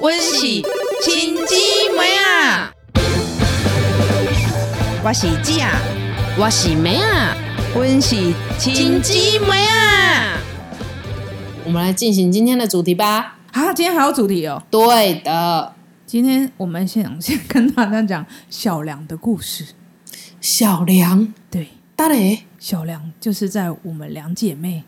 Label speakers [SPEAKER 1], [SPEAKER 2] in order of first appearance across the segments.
[SPEAKER 1] 阮是亲姊妹啊，我是姐啊，
[SPEAKER 2] 我是梅啊，
[SPEAKER 1] 阮是亲姊妹啊。
[SPEAKER 2] 我们来进行今天的主题吧。
[SPEAKER 3] 啊，今天还有主题哦。
[SPEAKER 2] 对的，
[SPEAKER 3] 今天我们想先跟大家讲小梁的故事。
[SPEAKER 2] 小梁，
[SPEAKER 3] 对，
[SPEAKER 2] 大磊，
[SPEAKER 3] 小梁就是在我们两姐妹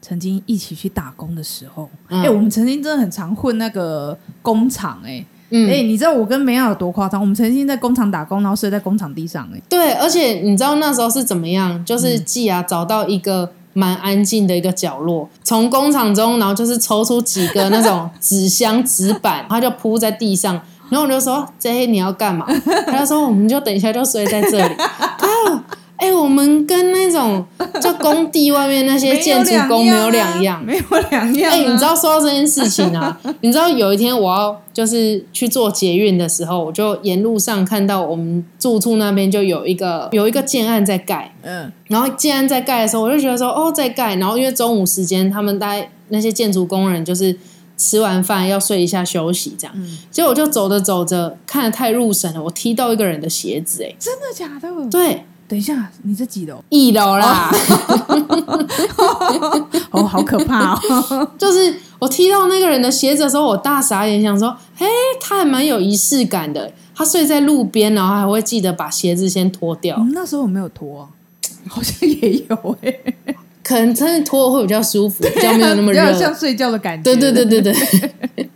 [SPEAKER 3] 曾经一起去打工的时候，哎、
[SPEAKER 2] 嗯
[SPEAKER 3] 我们曾经真的很常混那个工厂、哎、
[SPEAKER 2] 嗯，
[SPEAKER 3] 哎，你知道我跟梅亚有多夸张？我们曾经在工厂打工，然后睡在工厂地上、哎，
[SPEAKER 2] 对，而且你知道那时候是怎么样？就是季啊找到一个蛮安静的一个角落，从工厂中，然后就是抽出几个那 种纸箱、纸板，他就铺在地上。然后我就说：“这你要干嘛？”他就说：“我们就等一下就睡在这里。”啊，哎、我们跟那种就工地外面那些建筑工没有两样。
[SPEAKER 3] 啊
[SPEAKER 2] 啊
[SPEAKER 3] 没有两样、啊。
[SPEAKER 2] 哎、你知道说到这件事情啊，你知道有一天我要就是去做捷运的时候，我就沿路上看到我们住处那边就有一个有一个建案在盖，
[SPEAKER 3] 嗯，
[SPEAKER 2] 然后建案在盖的时候，我就觉得说哦在盖，然后因为中午时间他们大概那些建筑工人就是吃完饭要睡一下休息这样，结果我就走着走着看得太入神了，我踢到一个人的鞋子、哎，
[SPEAKER 3] 真的假的？
[SPEAKER 2] 对，
[SPEAKER 3] 等一下，你这几楼？
[SPEAKER 2] 一楼啦。
[SPEAKER 3] 哦，好可怕哦！
[SPEAKER 2] 就是我踢到那个人的鞋子的时候，我大傻眼，想说，嘿，他还蛮有仪式感的。他睡在路边，然后还会记得把鞋子先脱掉，
[SPEAKER 3] 嗯那时候我没有脱啊、好像也有哎、
[SPEAKER 2] 可能真的脱会比较舒服，比较 没有那 么
[SPEAKER 3] 比较。
[SPEAKER 2] 热
[SPEAKER 3] 像睡觉的感觉。
[SPEAKER 2] 对对对对 对，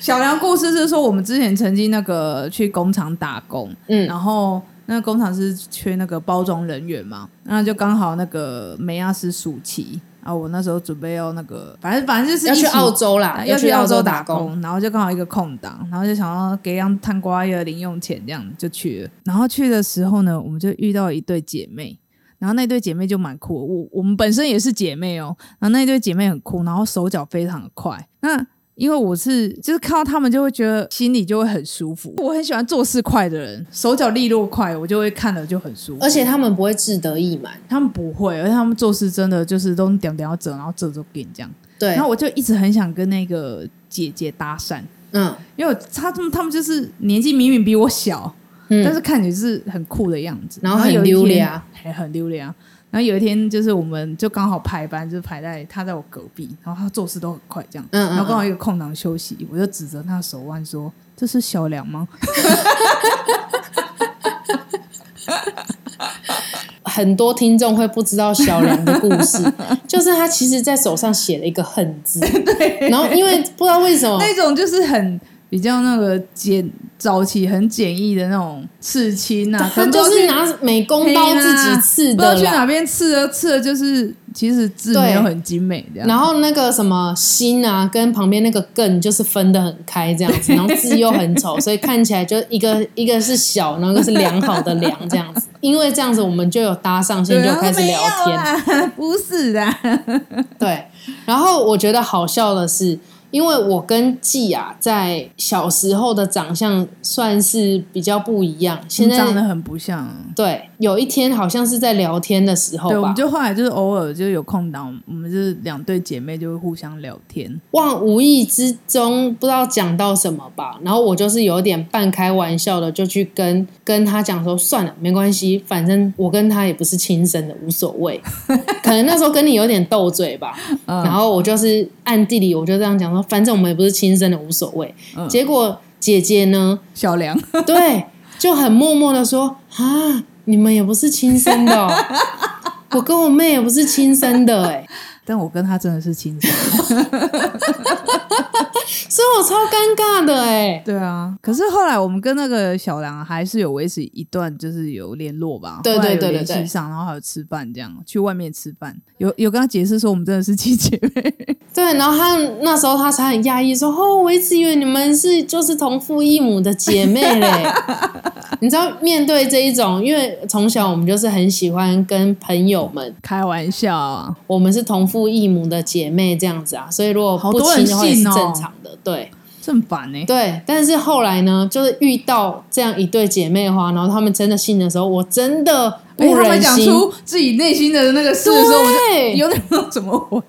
[SPEAKER 3] 小梁故事是说，我们之前曾经那个去工厂打工，
[SPEAKER 2] 嗯
[SPEAKER 3] 然后那个工厂是缺那个包装人员嘛，那就刚好那个梅亚斯暑期啊，我那时候准备要那个，反正反正就是
[SPEAKER 2] 要
[SPEAKER 3] 一起
[SPEAKER 2] 去澳洲啦，
[SPEAKER 3] 要
[SPEAKER 2] 去
[SPEAKER 3] 去澳
[SPEAKER 2] 洲
[SPEAKER 3] 洲打
[SPEAKER 2] 工。
[SPEAKER 3] 工，然后就刚好一个空档，然后就想要给让贪瓜一个零用钱，这样就去了。然后去的时候呢，我们就遇到一对姐妹，然后那对姐妹就蛮酷的，我我们本身也是姐妹哦，然后那对姐妹很酷，然后手脚非常的快。那因为我是就是看到她们就会觉得心里就会很舒服，我很喜欢做事快的人，手脚利落快，我就会看了就很舒服。
[SPEAKER 2] 而且他们不会志得意满，
[SPEAKER 3] 他们不会，而且他们做事真的就是都点点要折，然后折就给你这样。
[SPEAKER 2] 对
[SPEAKER 3] 然，后我就一直很想跟那个姐姐搭讪，
[SPEAKER 2] 嗯
[SPEAKER 3] 因为她他们他们就是年纪明明比我小，但
[SPEAKER 2] 嗯，
[SPEAKER 3] 是看起来是很酷的样子，
[SPEAKER 2] 然后很
[SPEAKER 3] 有一
[SPEAKER 2] 溜啊
[SPEAKER 3] 天
[SPEAKER 2] 达，
[SPEAKER 3] 还很溜达。然后有一天就是我们就刚好排班，就是排在她在我隔壁，然后她做事都很快这样，
[SPEAKER 2] 嗯嗯嗯
[SPEAKER 3] 然后刚好一个空档休息，我就指着她的手腕说：“这是小梁吗
[SPEAKER 2] 很多听众会不知道小梁的故事， 就是他其实在手上写了一个恨字，然后因为不知道 为什？”么，
[SPEAKER 3] 那种就是很。比较那个简早期很简易的那种刺青啊，可
[SPEAKER 2] 他
[SPEAKER 3] 能不
[SPEAKER 2] 就
[SPEAKER 3] 知道去啊
[SPEAKER 2] 是拿美工刀自己刺
[SPEAKER 3] 不知道
[SPEAKER 2] 的
[SPEAKER 3] 去
[SPEAKER 2] 啦。
[SPEAKER 3] 哪边刺的，刺的就是其实字没有很精美这样。
[SPEAKER 2] 然后那个什么心啊，跟旁边那个更就是分得很开这 样子，然后字又很丑，所以看起来就一个一个是小，然后一个是良好的良这样 子。因为这样子，我们就有搭上线，就
[SPEAKER 3] 对
[SPEAKER 2] 有开始聊天。
[SPEAKER 3] 没有啦啊 不是的，
[SPEAKER 2] 对，然后我觉得好笑的是，因为我跟季雅在小时候的长相算是比较不一样，现在
[SPEAKER 3] 长得很不像。
[SPEAKER 2] 对有一天好像是在聊天的时候
[SPEAKER 3] 对，我
[SPEAKER 2] 吧
[SPEAKER 3] 们，就后来就是偶尔就有空档，我们就是两对姐妹就会互相聊天。
[SPEAKER 2] 忘无意之中不知道讲到什么吧，然后我就是有点半开玩笑的，就去跟跟他讲说，算了，没关系，反正我跟他也不是亲生的，无所谓。可能那时候跟你有点斗嘴吧，
[SPEAKER 3] 嗯
[SPEAKER 2] 然后我就是暗地里我就这样讲说，反正我们也不是亲生的，无所谓。
[SPEAKER 3] 嗯
[SPEAKER 2] 结果姐姐呢，
[SPEAKER 3] 小 梁，
[SPEAKER 2] 对，就很默默的说啊，你们也不是亲生的哦、我跟我妹也不是亲生的、欸，哎。
[SPEAKER 3] 但我跟她真的是亲生。
[SPEAKER 2] 所以我超尴尬的哎、欸
[SPEAKER 3] 对啊，可是后来我们跟那个小梁啊还是有维持一段，就是有联络吧，
[SPEAKER 2] 对对
[SPEAKER 3] 后来有
[SPEAKER 2] 对对
[SPEAKER 3] 联
[SPEAKER 2] 对
[SPEAKER 3] 系上，然后还有吃饭这样，去外面吃饭，有有跟她解释说我们真的是亲姐妹。
[SPEAKER 2] 对，然后他那时候他才很讶异，说：“哦，我一直以为你们是就是同父异母的姐妹 嘞。”你知道，面对这一种，因为从小我们就是很喜欢跟朋友们，
[SPEAKER 3] 开玩笑啊，
[SPEAKER 2] 我们是同父异母的姐妹这样子啊，所以如果
[SPEAKER 3] 好
[SPEAKER 2] 不
[SPEAKER 3] 多人
[SPEAKER 2] 亲的话也是
[SPEAKER 3] 信哦
[SPEAKER 2] 正常的，对
[SPEAKER 3] 这很烦呢、
[SPEAKER 2] 对。但是后来呢，就是遇到这样一对姐妹花，然后她们真的信的时候，我真的
[SPEAKER 3] 而且
[SPEAKER 2] 不
[SPEAKER 3] 哎他们
[SPEAKER 2] 忍
[SPEAKER 3] 讲
[SPEAKER 2] 心，
[SPEAKER 3] 出自己内心的那个事的时候，我就哎
[SPEAKER 2] 对
[SPEAKER 3] 有点不知道怎么回。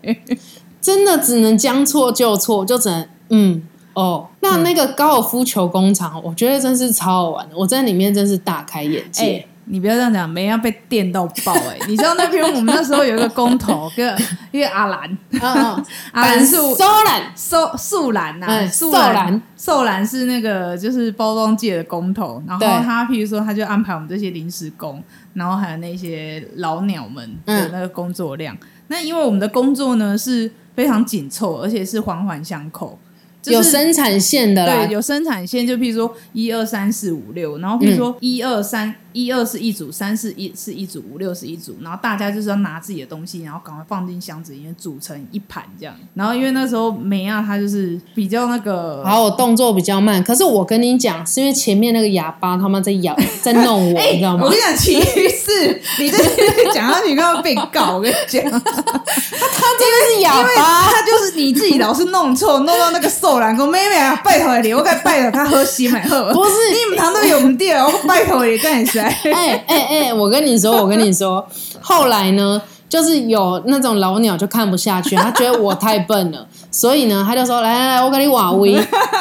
[SPEAKER 2] 真的只能将错就错，就只能嗯哦，那那个高尔夫球工厂，我觉得真是超好玩的，我在里面真是大开眼
[SPEAKER 3] 哎、
[SPEAKER 2] 界。
[SPEAKER 3] 你不要这样讲，没要被电到爆 哎、你知道那边我们那时候有一个工头，跟因为阿兰，
[SPEAKER 2] 嗯 嗯，
[SPEAKER 3] 阿兰啊是
[SPEAKER 2] 收揽，
[SPEAKER 3] 素素兰呐、
[SPEAKER 2] 嗯
[SPEAKER 3] 素
[SPEAKER 2] 素
[SPEAKER 3] 兰
[SPEAKER 2] 兰
[SPEAKER 3] 素兰是那个就是包装界的工头，然后
[SPEAKER 2] 对
[SPEAKER 3] 他譬如说他就安排我们这些临时工，然后还有那些老鸟们的
[SPEAKER 2] 嗯
[SPEAKER 3] 那个工作量。那因为我们的工作呢是非常紧凑，而且是环环相扣，就是、
[SPEAKER 2] 有生产线的啦
[SPEAKER 3] 对，，有生产线，就譬如说一二三四五六，然后譬如说
[SPEAKER 2] 嗯
[SPEAKER 3] 一二三一二是一组，三四一是一组，五六是一组，然后大家就是要拿自己的东西，然后赶快放进箱子里面组成一盘这样。然后因为那时候梅亚她就是比较那个，
[SPEAKER 2] 然后我动作比较慢，可是我跟你讲，是因为前面那个哑巴他妈在咬，在 弄我，你知道吗
[SPEAKER 3] 哎我跟？你讲，其余 是你这讲到你刚刚被告，我跟你讲，
[SPEAKER 2] 他真的是哑巴，
[SPEAKER 3] 他就是你自己老是弄错，弄到那个瘦兰公妹妹啊，拜托你，我该拜托他喝西买喝，
[SPEAKER 2] 不是
[SPEAKER 3] 你们堂都有唔对，啊我拜托你干啥？
[SPEAKER 2] 哎哎哎，我跟 你说，我跟你说，后来呢，就是有那种老鸟就看不下去， 他觉得我太笨了，所以呢，他就说来来来，我跟你瓦威。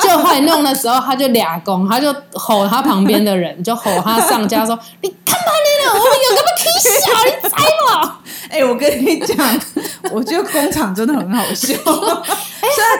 [SPEAKER 2] 就后来弄的时候，他就俩拱，他就吼他旁边 的人，就吼他上家说：“你他妈的，我们有个不踢小，你栽我！”
[SPEAKER 3] 哎、我跟你讲，我觉得工厂真的很好笑
[SPEAKER 2] 哎，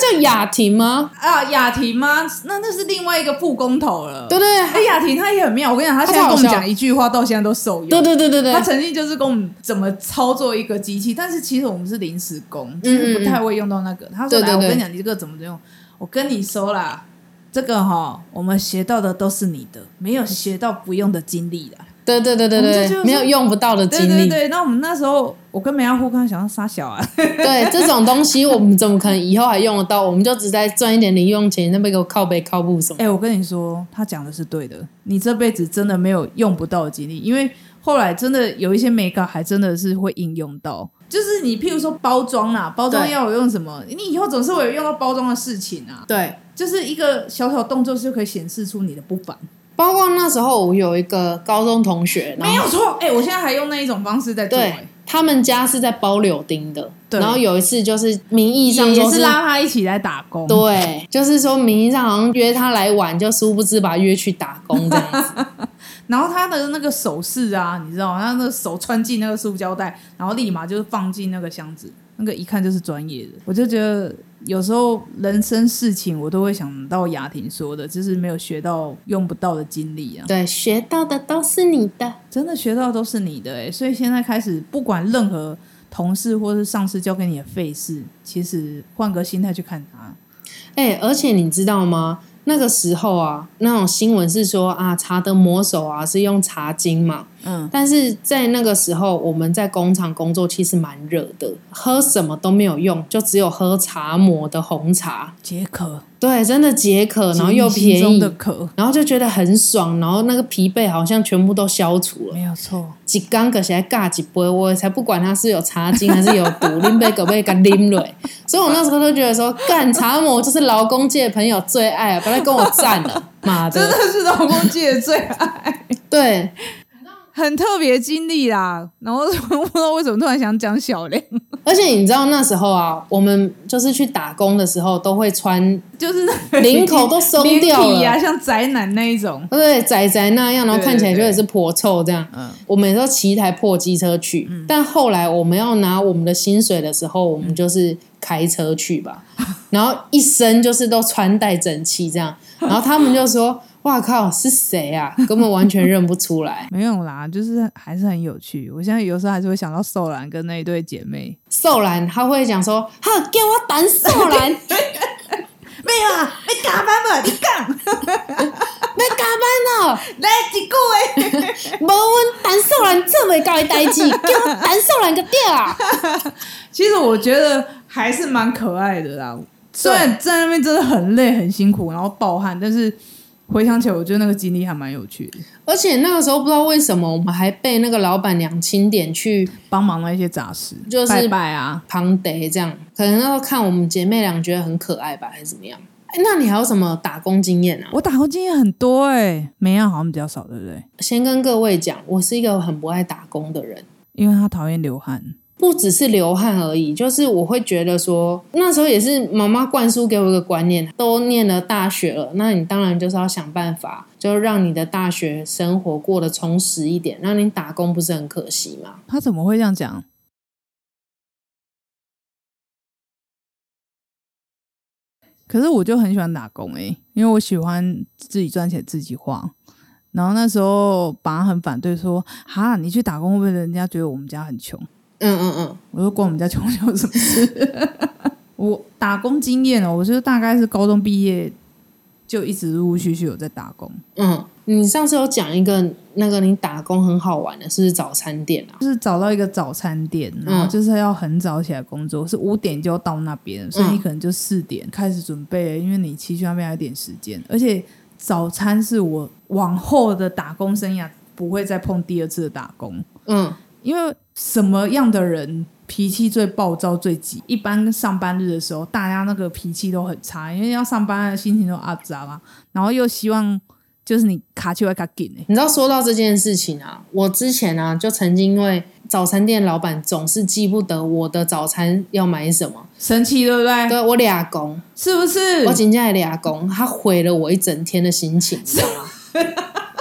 [SPEAKER 2] 他叫雅婷吗？
[SPEAKER 3] 啊！雅婷吗？那那是另外一个副工头了。
[SPEAKER 2] 对不对
[SPEAKER 3] 哎、雅婷她也很妙。我跟你讲，她现在
[SPEAKER 2] 她
[SPEAKER 3] 跟我
[SPEAKER 2] 超好
[SPEAKER 3] 们
[SPEAKER 2] 笑
[SPEAKER 3] 讲一句话，到现在都受用。
[SPEAKER 2] 对对对对对
[SPEAKER 3] 她，曾经就是跟我们怎么操作一个机器，但是其实我们是临时工，就是不太会用到那个。她说：“
[SPEAKER 2] 对对
[SPEAKER 3] 来，我
[SPEAKER 2] 对
[SPEAKER 3] 跟你讲，你这个怎么用？我跟你说啦，这个哈，我们学到的都是你的，没有学到不用的经历啦。”
[SPEAKER 2] 对对对对
[SPEAKER 3] 我们这就
[SPEAKER 2] 对，
[SPEAKER 3] 是
[SPEAKER 2] 没有用不到的
[SPEAKER 3] 对
[SPEAKER 2] 经
[SPEAKER 3] 对
[SPEAKER 2] 历。
[SPEAKER 3] 对，那我们那时候，我跟梅亚互看，想要杀小啊。
[SPEAKER 2] 对这种东西，我们怎么可能以后还用得到？我们就只在赚一点零用钱，那边给我靠背靠步什么的
[SPEAKER 3] 哎、。我跟你说，他讲的是对的。你这辈子真的没有用不到的经历，因为后来真的有一些美感，还真的是会应用到。就是你，譬如说包装啦，包装
[SPEAKER 2] 对
[SPEAKER 3] 要有用什么，你以后总是会有用到包装的事情啊。
[SPEAKER 2] 对，
[SPEAKER 3] 就是一个小小动作就可以显示出你的不凡，
[SPEAKER 2] 包括那时候我有一个高中同学，然
[SPEAKER 3] 没
[SPEAKER 2] 后
[SPEAKER 3] 有错。哎、我现在还用那一种方式在做、
[SPEAKER 2] 对
[SPEAKER 3] 哎
[SPEAKER 2] 他们家是在包柳丁的，
[SPEAKER 3] 对
[SPEAKER 2] 然后有一次就是名义上
[SPEAKER 3] 也
[SPEAKER 2] 说
[SPEAKER 3] 是拉他一起来打工。
[SPEAKER 2] 对，就是说名义上好像约他来玩，就殊不知把他约去打工这样 子。
[SPEAKER 3] 然后他的那个手势啊，你知道吗？他那个手穿进那个塑胶袋，然后立马就是放进那个箱子，那个一看就是专业的。我就觉得有时候人生事情，我都会想到雅婷说的，就是没有学到用不到的经历啊，
[SPEAKER 2] 对，学到的都是你的。
[SPEAKER 3] 真的学到都是你的哎、所以现在开始，不管任何同事或是上司交给你的费事，其实换个心态去看它。
[SPEAKER 2] 哎、而且你知道吗？那个时候啊，那种新闻是说啊，茶的魔手啊是用茶巾嘛，
[SPEAKER 3] 嗯，
[SPEAKER 2] 但是在那个时候，我们在工厂工作其实蛮热的，喝什么都没有用，就只有喝茶磨的红茶。
[SPEAKER 3] 解渴，
[SPEAKER 2] 对，真的解渴，然后又
[SPEAKER 3] 解你心
[SPEAKER 2] 便
[SPEAKER 3] 中
[SPEAKER 2] 宜
[SPEAKER 3] 的，渴，
[SPEAKER 2] 然后就觉得很爽，然后那个疲惫好像全部都消除了。
[SPEAKER 3] 没有错。
[SPEAKER 2] 几缸可起来尬几杯，我才不管它是有茶精还是有毒， 拎杯可不可以给拎了？所以我那时候就觉得说，干茶魔就是劳工界的朋友最爱啊，把它跟我占了，妈
[SPEAKER 3] 真的
[SPEAKER 2] 的！
[SPEAKER 3] 是老公啊界的最爱。
[SPEAKER 2] 对，
[SPEAKER 3] 很特别经历啦。然后 我不知道为什么突然想讲小梁，
[SPEAKER 2] 而且你知道那时候啊，我们就是去打工的时候都会穿
[SPEAKER 3] 就是那个
[SPEAKER 2] 领口都松掉了
[SPEAKER 3] 领体啊，像宅男那一种。
[SPEAKER 2] 对仔仔那样，然后
[SPEAKER 3] 对
[SPEAKER 2] 看起来
[SPEAKER 3] 对
[SPEAKER 2] 就
[SPEAKER 3] 对
[SPEAKER 2] 也是婆臭这样。
[SPEAKER 3] 嗯
[SPEAKER 2] 我们都骑一台破机车去，但后来我们要拿我们的薪水的时候，我们就是开车去吧，然后一身就是都穿戴整齐这样，然后他们就说：“哇靠，是谁啊？根本完全认不出来。
[SPEAKER 3] 没有啦，就是还是很有趣。我现在有时候还是会想到寿兰跟那一对姐妹。”
[SPEAKER 2] 寿兰他会讲说：“哈，给我胆寿兰，没
[SPEAKER 3] 没有啊，你加班吧，你讲
[SPEAKER 2] 加班了，
[SPEAKER 3] 来几个哎，
[SPEAKER 2] 无阮胆寿兰这么高的代志，给我胆寿兰个掉啊！”
[SPEAKER 3] 其实我觉得还是蛮可爱的啦。虽然在那边真的很累很辛苦，然后暴汗，但是回想起来，我觉得那个经历还蛮有趣的，
[SPEAKER 2] 而且那个时候不知道为什么，我们还被那个老板娘钦点去
[SPEAKER 3] 帮忙那些杂事，
[SPEAKER 2] 就是
[SPEAKER 3] 拜拜啊，
[SPEAKER 2] 旁逮这样。可能那时候看我们姐妹俩觉得很可爱吧，还是怎么样？哎，那你还有什么打工经验啊？
[SPEAKER 3] 我打工经验很多哎、梅亚好像比较少，对不对？
[SPEAKER 2] 先跟各位讲，我是一个很不爱打工的人。
[SPEAKER 3] 因为他讨厌流汗，
[SPEAKER 2] 不只是流汗而已，就是我会觉得说，那时候也是妈妈灌输给我一个观念，都念了大学了，那你当然就是要想办法，就让你的大学生活过得充实一点，让你打工不是很可惜吗？
[SPEAKER 3] 他怎么会这样讲？可是我就很喜欢打工诶、欸因为我喜欢自己赚钱自己花。然后那时候爸很反对说：“哈，你去打工会不会人家觉得我们家很穷
[SPEAKER 2] 嗯嗯嗯，？”
[SPEAKER 3] 我说：“关我们家穷不穷什么事？”我打工经验哦，我就大概是高中毕业就一直陆陆续续有在打工，
[SPEAKER 2] 嗯，你上次有讲一个那个你打工很好玩的，是不是早餐店啊？
[SPEAKER 3] 就是找到一个早餐店，然后就是要很早起来工作，是五点就要到那边，所以你可能就四点开始准备，因为你骑去那边还有点时间，而且早餐是我往后的打工生涯不会再碰第二次的打工，
[SPEAKER 2] 嗯，
[SPEAKER 3] 因为什么样的人脾气最暴躁、最急？一般上班日的时候，大家那个脾气都很差，因为要上班了，心情都阿杂嘛，然后又希望就是你卡起来卡紧哎，
[SPEAKER 2] 你知道说到这件事情啊，我之前啊就曾经因为早餐店老板总是记不得我的早餐要买什么，
[SPEAKER 3] 神奇对不对？
[SPEAKER 2] 对我俩工，
[SPEAKER 3] 是不是？
[SPEAKER 2] 我请假俩工，他毁了我一整天的心情，你知道吗？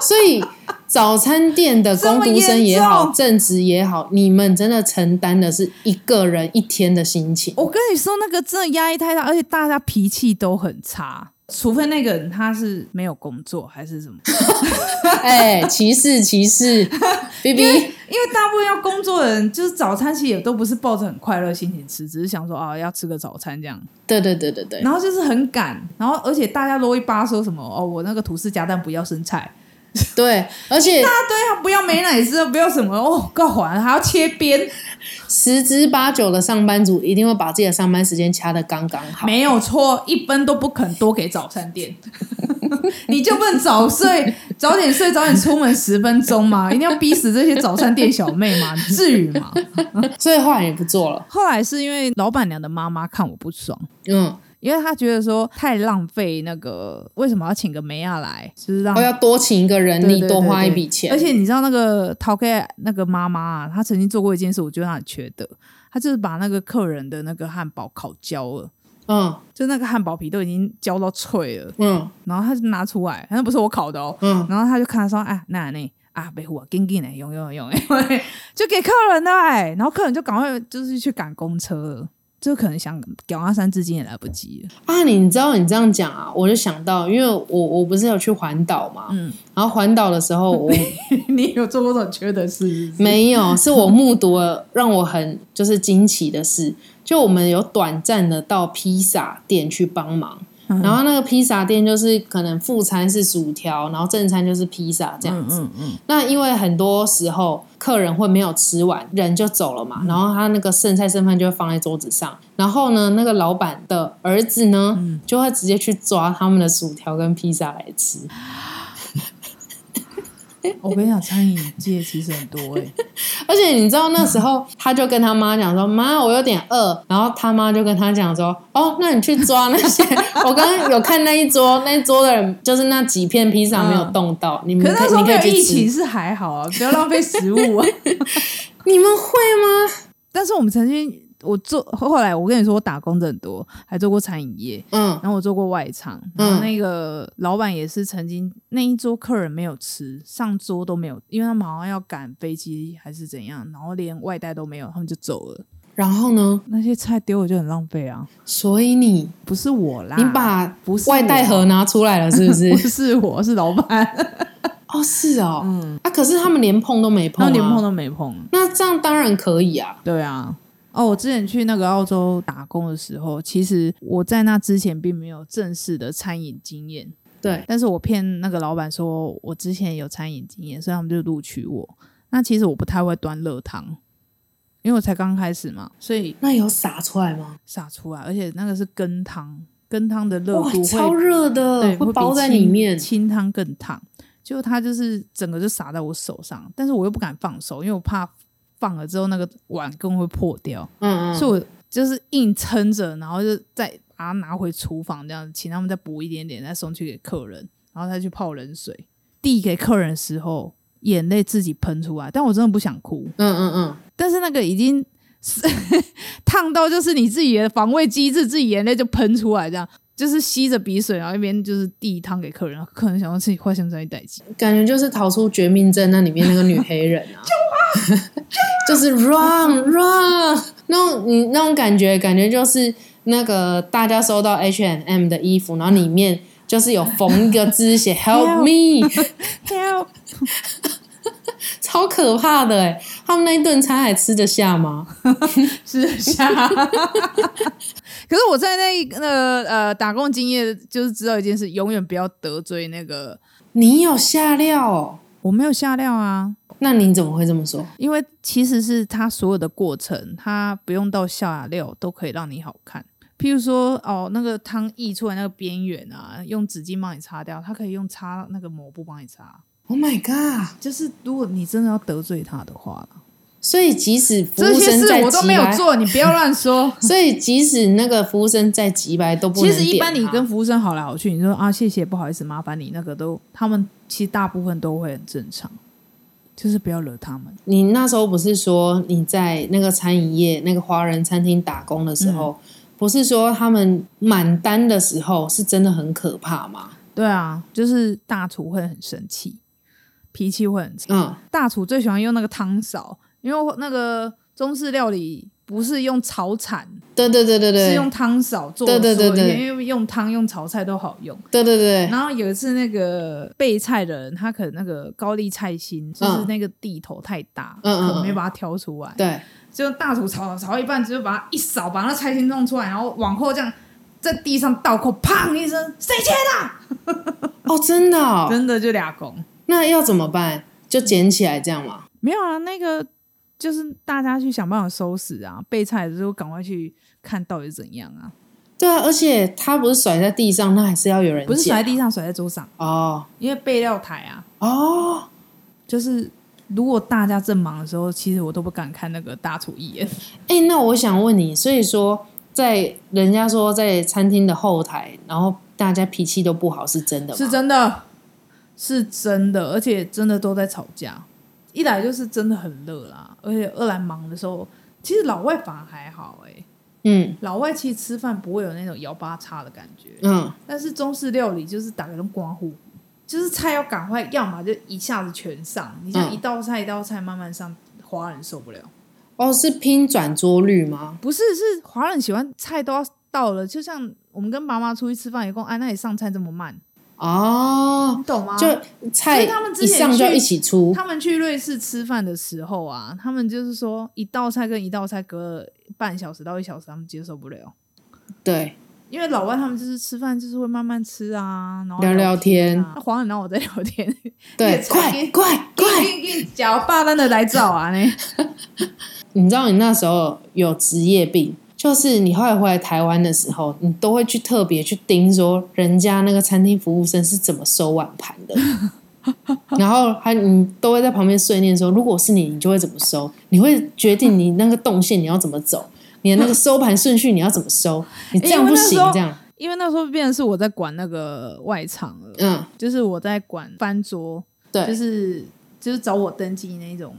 [SPEAKER 2] 所以早餐店的工读生也
[SPEAKER 3] 这么
[SPEAKER 2] 好，
[SPEAKER 3] 严重
[SPEAKER 2] 正职也好，你们真的承担的是一个人一天的 心情。
[SPEAKER 3] 我跟你说，那个真的压力太大，而且大家脾气都很差，除非那个人他是没有工作还是什么，
[SPEAKER 2] 哎、歧视歧视，B B，
[SPEAKER 3] 因为大部分要工作的人，就是早餐其实也都不是抱着很快乐心情吃，只是想说啊要吃个早餐这样，
[SPEAKER 2] 对对对对对，
[SPEAKER 3] 然后就是很赶，然后而且大家啰一巴说什么哦我那个吐司夹蛋不要生菜，
[SPEAKER 2] 对，而且
[SPEAKER 3] 对啊不要美乃滋不要什么哦告还还要切边，
[SPEAKER 2] 十之八九的上班族一定会把自己的上班时间掐得刚刚好。
[SPEAKER 3] 没有错，一分都不肯多给早餐店。 你就不能早睡， 早点睡，早点出门十分钟吗？ 一定要逼死这些早餐店小妹吗？ 至于吗？
[SPEAKER 2] 所以后来也不做了。
[SPEAKER 3] 后来是因为老板娘的妈妈看我不爽，
[SPEAKER 2] 嗯，
[SPEAKER 3] 因为她觉得说太浪费那个，为什么要请个梅亚来？就是让
[SPEAKER 2] 我哦嗯要多请一个人
[SPEAKER 3] 对
[SPEAKER 2] 力，
[SPEAKER 3] 对对
[SPEAKER 2] 多花一
[SPEAKER 3] 对
[SPEAKER 2] 笔钱。
[SPEAKER 3] 而且你知道那个陶盖那个妈妈啊，她曾经做过一件事，我觉得她很缺德，她就是把那个客人的那个汉堡烤焦了，
[SPEAKER 2] 嗯
[SPEAKER 3] 就那个汉堡皮都已经焦到脆了。
[SPEAKER 2] 嗯
[SPEAKER 3] 然后他就拿出来，那不是我烤的哦。
[SPEAKER 2] 嗯
[SPEAKER 3] 然后他就看他说：“哎，那那啊，别胡啊，紧紧的，用用用， 就给客人的哎。”然后客人就赶快就是去赶公车了，就可能想屌阿三至今也来不及了。
[SPEAKER 2] 啊，你知道你这样讲啊，我就想到，因为我我不是有去环岛嘛，
[SPEAKER 3] 嗯，
[SPEAKER 2] 然后环岛的时候我
[SPEAKER 3] 你有做过这种缺德事是不是？
[SPEAKER 2] 没 有，是我目睹了让我很就是惊奇的事，就我们有短暂的到披萨店去帮忙，
[SPEAKER 3] 嗯
[SPEAKER 2] 然后那个披萨店就是可能副餐是薯条，然后正餐就是披萨这样子。
[SPEAKER 3] 嗯嗯
[SPEAKER 2] 那因为很多时候客人会没有吃完，人就走了
[SPEAKER 3] 嗯
[SPEAKER 2] 嘛，然后他那个剩菜剩饭就会放在桌子上，然后呢，那个老板的儿子呢，
[SPEAKER 3] 嗯
[SPEAKER 2] 就会直接去抓他们的薯条跟披萨来吃。
[SPEAKER 3] 嗯，我跟你讲，餐饮界其实很多哎、
[SPEAKER 2] 而且你知道那时候，他就跟他妈讲说：“妈，我有点饿。”然后他妈就跟他讲说：“哦，那你去抓那 些，我刚刚有看那一桌，那一桌的人就是那几片披萨没有动到，你
[SPEAKER 3] 嗯可
[SPEAKER 2] 们
[SPEAKER 3] 是那时
[SPEAKER 2] 可
[SPEAKER 3] 候
[SPEAKER 2] 你
[SPEAKER 3] 没
[SPEAKER 2] 可
[SPEAKER 3] 有
[SPEAKER 2] 以
[SPEAKER 3] 疫
[SPEAKER 2] 去
[SPEAKER 3] 情
[SPEAKER 2] 吃，
[SPEAKER 3] 是还好啊，不要浪费食物 啊。
[SPEAKER 2] 你们会吗？
[SPEAKER 3] 但是我们曾经我做，后来我跟你说，我打工的很多，还做过餐饮业。
[SPEAKER 2] 嗯
[SPEAKER 3] 然后我做过外场，然后那个老板也是曾经那一桌客人没有吃，上桌都没有，因为他们好像要赶飞机还是怎样，然后连外带都没有，他们就走了。
[SPEAKER 2] 然后呢？
[SPEAKER 3] 那些菜丢了就很浪费啊，
[SPEAKER 2] 所以你
[SPEAKER 3] 不是我啦，
[SPEAKER 2] 你把
[SPEAKER 3] 不是我
[SPEAKER 2] 外带盒拿出来了，是不
[SPEAKER 3] 不
[SPEAKER 2] 是？
[SPEAKER 3] 是我是老板，
[SPEAKER 2] 哦，是哦，
[SPEAKER 3] 嗯
[SPEAKER 2] 啊，可是他们连碰都没碰、
[SPEAKER 3] 然
[SPEAKER 2] 啊，
[SPEAKER 3] 后连碰都没碰。
[SPEAKER 2] 那这样当然可以啊。
[SPEAKER 3] 对啊。哦，我之前去那个澳洲打工的时候，其实我在那之前并没有正式的餐饮经验，
[SPEAKER 2] 对，
[SPEAKER 3] 但是我骗那个老板说我之前有餐饮经验，所以他们就录取我。那其实我不太会端热汤，因为我才刚开始嘛，所以
[SPEAKER 2] 那有洒出来吗？
[SPEAKER 3] 洒出来，而且那个是羹汤，羹汤的热
[SPEAKER 2] 哇
[SPEAKER 3] 度，
[SPEAKER 2] 超
[SPEAKER 3] 会
[SPEAKER 2] 热的，
[SPEAKER 3] 对
[SPEAKER 2] 会
[SPEAKER 3] 会
[SPEAKER 2] 包
[SPEAKER 3] 比
[SPEAKER 2] 在
[SPEAKER 3] 清
[SPEAKER 2] 里面。
[SPEAKER 3] 清汤更烫。结果它就是整个就洒在我手上，但是我又不敢放手，因为我怕放了之后那个碗更会破掉，
[SPEAKER 2] 嗯嗯，
[SPEAKER 3] 所以我就是硬撑着，然后就再把它拿回厨房，这样请他们再补一点点，再送去给客人，然后再去泡冷水，递给客人的时候，眼泪自己喷出来，但我真的不想哭，
[SPEAKER 2] 嗯嗯嗯，
[SPEAKER 3] 但是那个已经 烫到就是你自己的防卫机制，自己眼泪就喷出来，这样就是吸着鼻水，然后一边就是递汤给客人，然后客人想要自己快想在一代机，
[SPEAKER 2] 感觉就是逃出《绝命镇》那里面那个女黑人啊， 就是 run run 那种你那种感觉，感觉就是那个大家收到 H and M 的衣服，然后里面就是有缝一个字写 Help me，超可怕的哎、他们那一顿餐还吃得下吗？
[SPEAKER 3] 吃得下。 可是我在那一个呃打工经验，就是知道一件事，永远不要得罪那个。
[SPEAKER 2] 你有下料哦？
[SPEAKER 3] 我没有下料啊，
[SPEAKER 2] 那你怎么会这么说？
[SPEAKER 3] 因为其实是他所有的过程，他不用到下料都可以让你好看。譬如说，哦，那个汤溢出来那个边缘啊，用纸巾帮你擦掉，他可以用擦那个抹布帮你擦。
[SPEAKER 2] Oh my god！
[SPEAKER 3] 就是如果你真的要得罪他的话，
[SPEAKER 2] 所以即啊使服
[SPEAKER 3] 这
[SPEAKER 2] 务
[SPEAKER 3] 些
[SPEAKER 2] 生
[SPEAKER 3] 事
[SPEAKER 2] 再
[SPEAKER 3] 我都没有
[SPEAKER 2] 急掰
[SPEAKER 3] 做，你不要乱说。
[SPEAKER 2] 所以即使那个服务生再急白都不能
[SPEAKER 3] 其实一般
[SPEAKER 2] 点
[SPEAKER 3] 你
[SPEAKER 2] 啊他
[SPEAKER 3] 跟服务生好来好去，你说啊谢谢，不好意思，麻烦你那个都，他们其实大部分都会很正常，就是不要惹他们。
[SPEAKER 2] 你那时候不是说你在那个餐饮业那个华人餐厅打工的时候，
[SPEAKER 3] 嗯
[SPEAKER 2] 不是说他们满单的时候是真的很可怕吗？
[SPEAKER 3] 对啊，就是大厨会很生气，脾气会很差。
[SPEAKER 2] 嗯，
[SPEAKER 3] 大厨最喜欢用那个汤勺，因为那个中式料理不是用炒铲，
[SPEAKER 2] 对对对对对，
[SPEAKER 3] 是用汤勺做
[SPEAKER 2] 对
[SPEAKER 3] 的。
[SPEAKER 2] 对对
[SPEAKER 3] 所有
[SPEAKER 2] 对
[SPEAKER 3] 因为用汤用炒菜都好用。
[SPEAKER 2] 对对对，
[SPEAKER 3] 然后有一次，那个备菜的人，他可能那个高丽菜心，就是那个地头太大，
[SPEAKER 2] 嗯嗯嗯
[SPEAKER 3] 可能没把它挑出来，
[SPEAKER 2] 对
[SPEAKER 3] 就大厨炒炒炒一半，就把它一扫，把那菜心弄出来，然后往后这样在地上倒扣，砰一声，谁切
[SPEAKER 2] 哦，真的、
[SPEAKER 3] 的？
[SPEAKER 2] 哦，
[SPEAKER 3] 真的就俩拱。
[SPEAKER 2] 那要怎么办？就捡起来这样嘛？
[SPEAKER 3] 没有啊，那个就是大家去想办法收拾啊，备菜的时候赶快去看到底是怎样啊，
[SPEAKER 2] 对啊，而且他不是甩在地上，那还是要有人
[SPEAKER 3] 不是
[SPEAKER 2] 捡
[SPEAKER 3] 甩在地上，甩在桌上，
[SPEAKER 2] 哦
[SPEAKER 3] 因为备料台啊，
[SPEAKER 2] 哦，
[SPEAKER 3] 就是如果大家正忙的时候，其实我都不敢看那个大厨一眼。
[SPEAKER 2] 哎、那我想问你，所以说在人家说在餐厅的后台，然后大家脾气都不好，是真的吗？
[SPEAKER 3] 是真的，是真的，而且真的都在吵架。一来就是真的很热啦，而且二来忙的时候，其实老外反而还好哎、
[SPEAKER 2] 嗯
[SPEAKER 3] 老外其实吃饭不会有那种摇八叉的感觉，
[SPEAKER 2] 嗯，
[SPEAKER 3] 但是中式料理就是打开种刮胡，就是菜要赶快，要么就一下子全上，你像
[SPEAKER 2] 嗯
[SPEAKER 3] 一道菜一道菜慢慢上，华人受不了。
[SPEAKER 2] 哦，是拼转桌率吗？
[SPEAKER 3] 不是，是华人喜欢菜都要到了，就像我们跟妈妈出去吃饭，也跟我哎，那你上菜这么慢，
[SPEAKER 2] 哦
[SPEAKER 3] 你，懂
[SPEAKER 2] 啊
[SPEAKER 3] 吗？
[SPEAKER 2] 就
[SPEAKER 3] 啊所
[SPEAKER 2] 菜
[SPEAKER 3] 以他们之
[SPEAKER 2] 一
[SPEAKER 3] 前
[SPEAKER 2] 上就要
[SPEAKER 3] 去
[SPEAKER 2] 一起出，
[SPEAKER 3] 他们去瑞士吃饭的时候啊，他们就是说一道菜跟一道菜隔了半小时到一小时，他们接受不了，
[SPEAKER 2] 对，
[SPEAKER 3] 因为老外他们就是吃饭就是会慢慢吃啊，然后
[SPEAKER 2] 聊聊天，
[SPEAKER 3] 啊。那黄人然后我在聊 天，
[SPEAKER 2] 对
[SPEAKER 3] 越，吃
[SPEAKER 2] 快
[SPEAKER 3] 越
[SPEAKER 2] 快快！
[SPEAKER 3] 脚霸道的来找啊呢，
[SPEAKER 2] 你知道你那时候有职业病，就是你后来回来台湾的时候，你都会去特别去盯说人家那个餐厅服务生是怎么收碗盘 的。然后还你都会在旁边碎念说，如果是你，你就会怎么收？你会决定你那个动线你要怎么走，你的那个收盘顺序你要怎么 收？你这样不
[SPEAKER 3] 因为
[SPEAKER 2] 行
[SPEAKER 3] 那时候，
[SPEAKER 2] 这样，
[SPEAKER 3] 因为那时候变成是我在管那个外场了，
[SPEAKER 2] 嗯，
[SPEAKER 3] 就是我在管翻桌，
[SPEAKER 2] 对，
[SPEAKER 3] 就是就是找我登记那种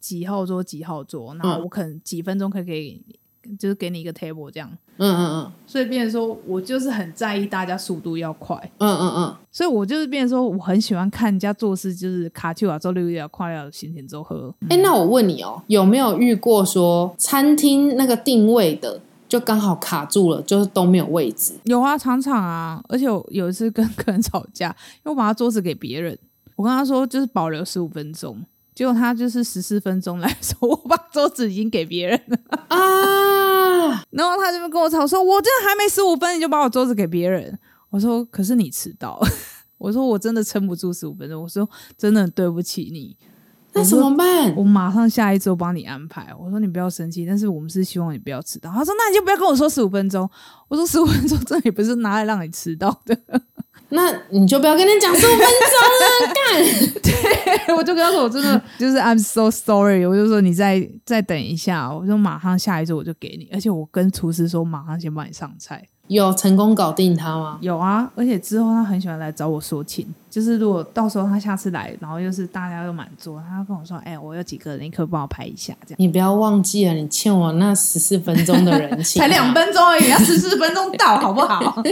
[SPEAKER 3] 几号桌几号桌，
[SPEAKER 2] 嗯
[SPEAKER 3] 然后我可能几分钟可以给你，就是给你一个 table 这样。
[SPEAKER 2] 嗯嗯
[SPEAKER 3] 所以变成说我就是很在意大家速度要快，
[SPEAKER 2] 嗯嗯嗯嗯，
[SPEAKER 3] 所以我就是变成说我很喜欢看人家做事，就是卡丘啊，周六日啊，快要心情周喝。
[SPEAKER 2] 哎、那我问你哦，有没有遇过说餐厅那个定位的就刚好卡住了，就是都没有位置？
[SPEAKER 3] 有啊，常常啊，而且我有一次跟 客人吵架，因为我把他桌子给别人，我跟他说就是保留十五分钟，结果他就是十四分钟来说，我把桌子已经给别人了，
[SPEAKER 2] 啊，
[SPEAKER 3] 然后他就跟我吵说，我真的还没十五分你就把我桌子给别人，我说可是你迟到， 我说我真的撑不住十五分钟，我说真的很对不起你，
[SPEAKER 2] 那怎么办？
[SPEAKER 3] 我马上下一周帮你安排。哦我说你不要生气，但是我们是希望你不要迟到。他说那你就不要跟我说十五分钟。我说十五分钟 这也不是拿来让你迟到的。
[SPEAKER 2] 那你就不要跟人讲十 五分钟了，干。
[SPEAKER 3] 哎我就跟他说我真的 就是 I'm so sorry，我就说你再再等一下，哦我说马上下一周我就给你，而且我跟厨师说马上先帮你上菜。
[SPEAKER 2] 有成功搞定他吗？
[SPEAKER 3] 有啊，而且之后他很喜欢来找我说情，就是如果到时候他下次来，然后又是大家又满座，他跟我说：“哎、我有几个人，你可不可以帮我拍一下？”这样
[SPEAKER 2] 你不要忘记了，你欠我那十四分钟的人情，啊
[SPEAKER 3] 才两，分钟而已，要十四分钟到，好不好？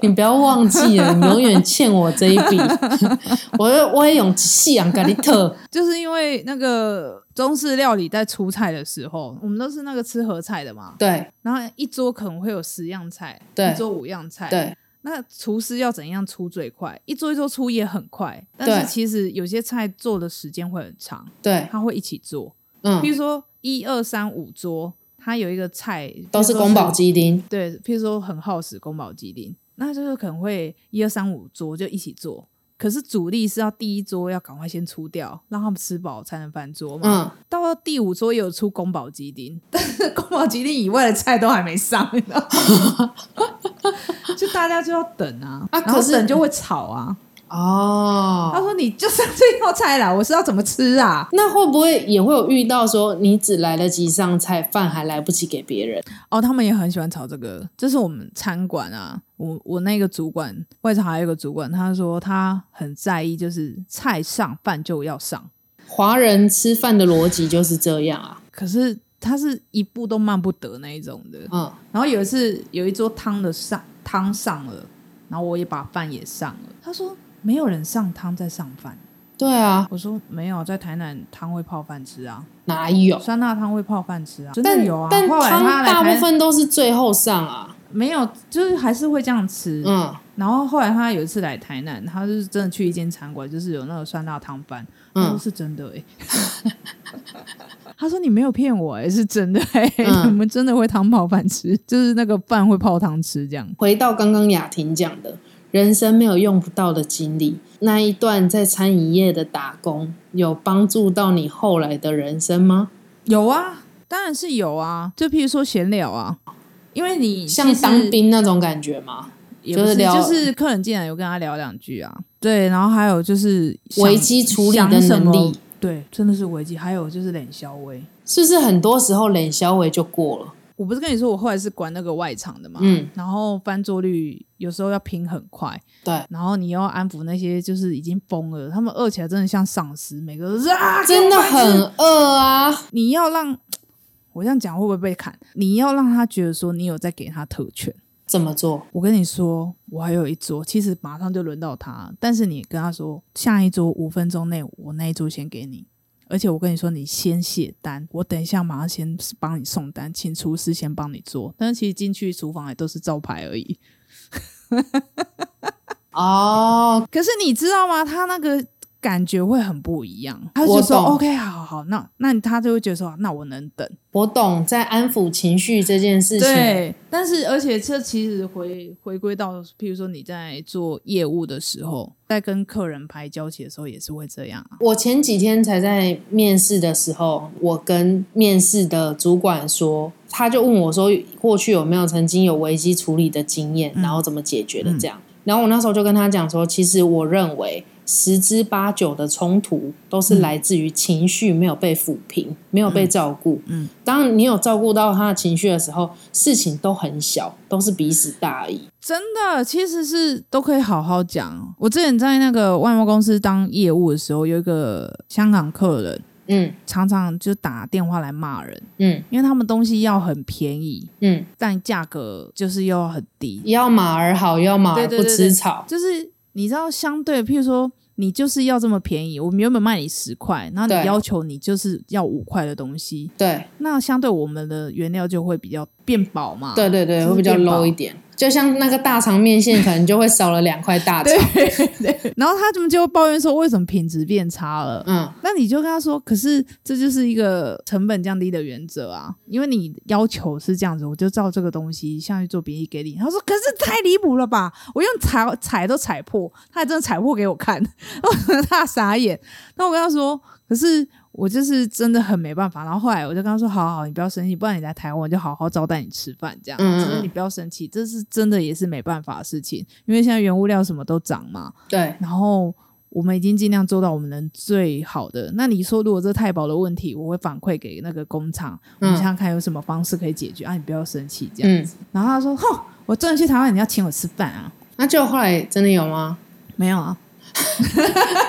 [SPEAKER 2] 你不要忘记了，你永远欠我这一 笔。我我也用夕阳咖喱特，
[SPEAKER 3] 就是因为那个中式料理在出菜的时候，我们都是那个吃合菜的嘛，
[SPEAKER 2] 对
[SPEAKER 3] 然后一桌可能会有十样菜，
[SPEAKER 2] 对
[SPEAKER 3] 一桌五样菜，。
[SPEAKER 2] 对
[SPEAKER 3] 那厨师要怎样出最快？一桌一桌出也很快，但
[SPEAKER 2] 对
[SPEAKER 3] 是其实有些菜做的时间会很长，
[SPEAKER 2] 对，
[SPEAKER 3] 他会一起做。譬
[SPEAKER 2] 嗯，
[SPEAKER 3] 如说一二三五桌，它有一个菜
[SPEAKER 2] 都是宫保，鸡丁，
[SPEAKER 3] 譬如说对，譬如说很耗时宫保鸡丁，那就是可能会一二三五桌就一起做。可是主力是要第一桌要赶快先出掉，让他们吃饱才能翻桌嘛。
[SPEAKER 2] 嗯，
[SPEAKER 3] 到了第五桌也有出宫保鸡丁，但是宫保鸡丁以外的菜都还没上，你知道吗 就大家就要等啊，
[SPEAKER 2] 啊
[SPEAKER 3] 然后
[SPEAKER 2] 可是
[SPEAKER 3] 等就会吵啊。他
[SPEAKER 2] 哦。
[SPEAKER 3] 说：“你就上这道菜啦，我是要怎么吃啊
[SPEAKER 2] 那会不会也会有遇到说你只来得及上菜，饭还来不及给别人？？”
[SPEAKER 3] 哦，他们也很喜欢吵这个。这是我们餐馆啊，我我那个主管外场还有一个主管，他说他很在意，就是菜上饭就要上，
[SPEAKER 2] 华人吃饭的逻辑就是这样啊，
[SPEAKER 3] 可是他是一步都慢不得那一种的。
[SPEAKER 2] 嗯，
[SPEAKER 3] 然后有一次有一桌汤的上汤上了，然后我也把饭也上了。他说没有人上汤再上饭，
[SPEAKER 2] 对啊，
[SPEAKER 3] 我说没有，在台南汤会泡饭吃啊，
[SPEAKER 2] 哪有？
[SPEAKER 3] 酸辣汤会泡饭吃啊，真
[SPEAKER 2] 但
[SPEAKER 3] 的有啊。
[SPEAKER 2] 但
[SPEAKER 3] 后来
[SPEAKER 2] 汤
[SPEAKER 3] 他来
[SPEAKER 2] 大
[SPEAKER 3] 台
[SPEAKER 2] 部分都是最后上啊，
[SPEAKER 3] 没有，就是还是会这样吃。
[SPEAKER 2] 嗯
[SPEAKER 3] 然后后来他有一次来台南，他就是真的去一间餐馆，就是有那个酸辣汤饭，他说
[SPEAKER 2] 嗯，
[SPEAKER 3] 是真的哎、 他说你没有骗我哎、是真的哎、
[SPEAKER 2] 嗯
[SPEAKER 3] 我们真的会汤泡饭吃，就是那个饭会泡汤吃这样。
[SPEAKER 2] 回到刚刚雅婷讲的，人生没有用不到的经历，那一段在餐饮业的打工，有帮助到你后来的人生吗？
[SPEAKER 3] 有啊，当然是有啊。就譬如说闲聊啊，因为你
[SPEAKER 2] 像
[SPEAKER 3] 其实
[SPEAKER 2] 当兵那种感觉吗？
[SPEAKER 3] 也不
[SPEAKER 2] 就是是聊
[SPEAKER 3] 就是客人进来有跟他聊两句啊，对，然后还有就是想
[SPEAKER 2] 危机处理的
[SPEAKER 3] 想什么
[SPEAKER 2] 能力，
[SPEAKER 3] 对，真的是危机。还有就是冷消微，
[SPEAKER 2] 是不是很多时候冷消微就过了？
[SPEAKER 3] 我不是跟你说我后来是管那个外场的嘛，
[SPEAKER 2] 嗯，
[SPEAKER 3] 然后翻桌率有时候要拼很快，
[SPEAKER 2] 对，
[SPEAKER 3] 然后你又要安抚那些就是已经疯了，他们饿起来真的像丧尸，每个都是啊，给我
[SPEAKER 2] 真的
[SPEAKER 3] 饭吃
[SPEAKER 2] 很饿啊，
[SPEAKER 3] 你要让我这样讲会不会被砍？你要让他觉得说你有在给他特权。
[SPEAKER 2] 怎么做？
[SPEAKER 3] 我跟你说，我还有一桌，其实马上就轮到他，但是你跟他说下一桌五分钟内，我那一桌先给你，而且我跟你说，你先写单，我等一下马上先帮你送单，请厨师先帮你做。但是其实进去厨房也都是招牌而已。
[SPEAKER 2] 哦，
[SPEAKER 3] 可是你知道吗？他那个感觉会很不一样，他就
[SPEAKER 2] 我
[SPEAKER 3] 说
[SPEAKER 2] 懂
[SPEAKER 3] OK，好好好，那那他就会觉得说，那我能等。
[SPEAKER 2] 我懂，在安抚情绪这件事情，
[SPEAKER 3] 对，但是而且这其实回回归到，譬如说你在做业务的时候，在跟客人拍交期的时候，也是会这样啊。
[SPEAKER 2] 我前几天才在面试的时候，我跟面试的主管说，他就问我说，过去有没有曾经有危机处理的经验，
[SPEAKER 3] 嗯
[SPEAKER 2] 然后怎么解决的这样。然后我那时候就跟他讲说，其实我认为十之八九的冲突都是
[SPEAKER 3] 嗯
[SPEAKER 2] 来自于情绪没有被抚平，没有被照顾。
[SPEAKER 3] 嗯，
[SPEAKER 2] 当你有照顾到他的情绪的时候，事情都很小，都是彼此大而已。
[SPEAKER 3] 真的，其实是都可以好好讲。我之前在那个外贸公司当业务的时候，有一个香港客人
[SPEAKER 2] 嗯
[SPEAKER 3] 常常就打电话来骂人，
[SPEAKER 2] 嗯
[SPEAKER 3] 因为他们东西要很便宜，
[SPEAKER 2] 嗯，
[SPEAKER 3] 但价格就是又很低，
[SPEAKER 2] 要马儿好，要马
[SPEAKER 3] 对
[SPEAKER 2] 儿
[SPEAKER 3] 对
[SPEAKER 2] 不
[SPEAKER 3] 对对
[SPEAKER 2] 吃草。
[SPEAKER 3] 就是你知道，相对譬如说，你就是要这么便宜，我们原本卖你十块，然后你
[SPEAKER 2] 对
[SPEAKER 3] 要求你就是要五块的东西，
[SPEAKER 2] 对
[SPEAKER 3] 那相对我们的原料就会比较变薄嘛。
[SPEAKER 2] 对对对，
[SPEAKER 3] 就是
[SPEAKER 2] 会比较
[SPEAKER 3] 变薄
[SPEAKER 2] low 一点。就像那个大肠面线，可能就会少了两块大肠。
[SPEAKER 3] 然后他们就会抱怨说，为什么品质变差了？
[SPEAKER 2] 嗯，
[SPEAKER 3] 那你就跟他说，可是这就是一个成本降低的原则啊，因为你要求是这样子，我就照这个东西下去做比例给你。他说，可是太离谱了吧，我用踩踩都踩破，他还真的踩破给我看， 然后他傻眼。那我跟他说，可是我就是真的很没办法。然后后来我就跟他说，好好，好你不要生气，不然你来台湾我就好好招待你吃饭，这样，
[SPEAKER 2] 嗯嗯嗯
[SPEAKER 3] 只是你不要生气，这是真的也是没办法的事情，因为现在原物料什么都涨嘛，
[SPEAKER 2] 对
[SPEAKER 3] 然后我们已经尽量做到我们能最好的。那你说，如果这太薄的问题，我会反馈给那个工厂，我们
[SPEAKER 2] 嗯
[SPEAKER 3] 想想看有什么方式可以解决、啊？你不要生气这样。
[SPEAKER 2] 嗯，
[SPEAKER 3] 然后他说：“哼，我真的去台湾，你要请我吃饭啊
[SPEAKER 2] 那就后来真的有吗？？”
[SPEAKER 3] 没有啊。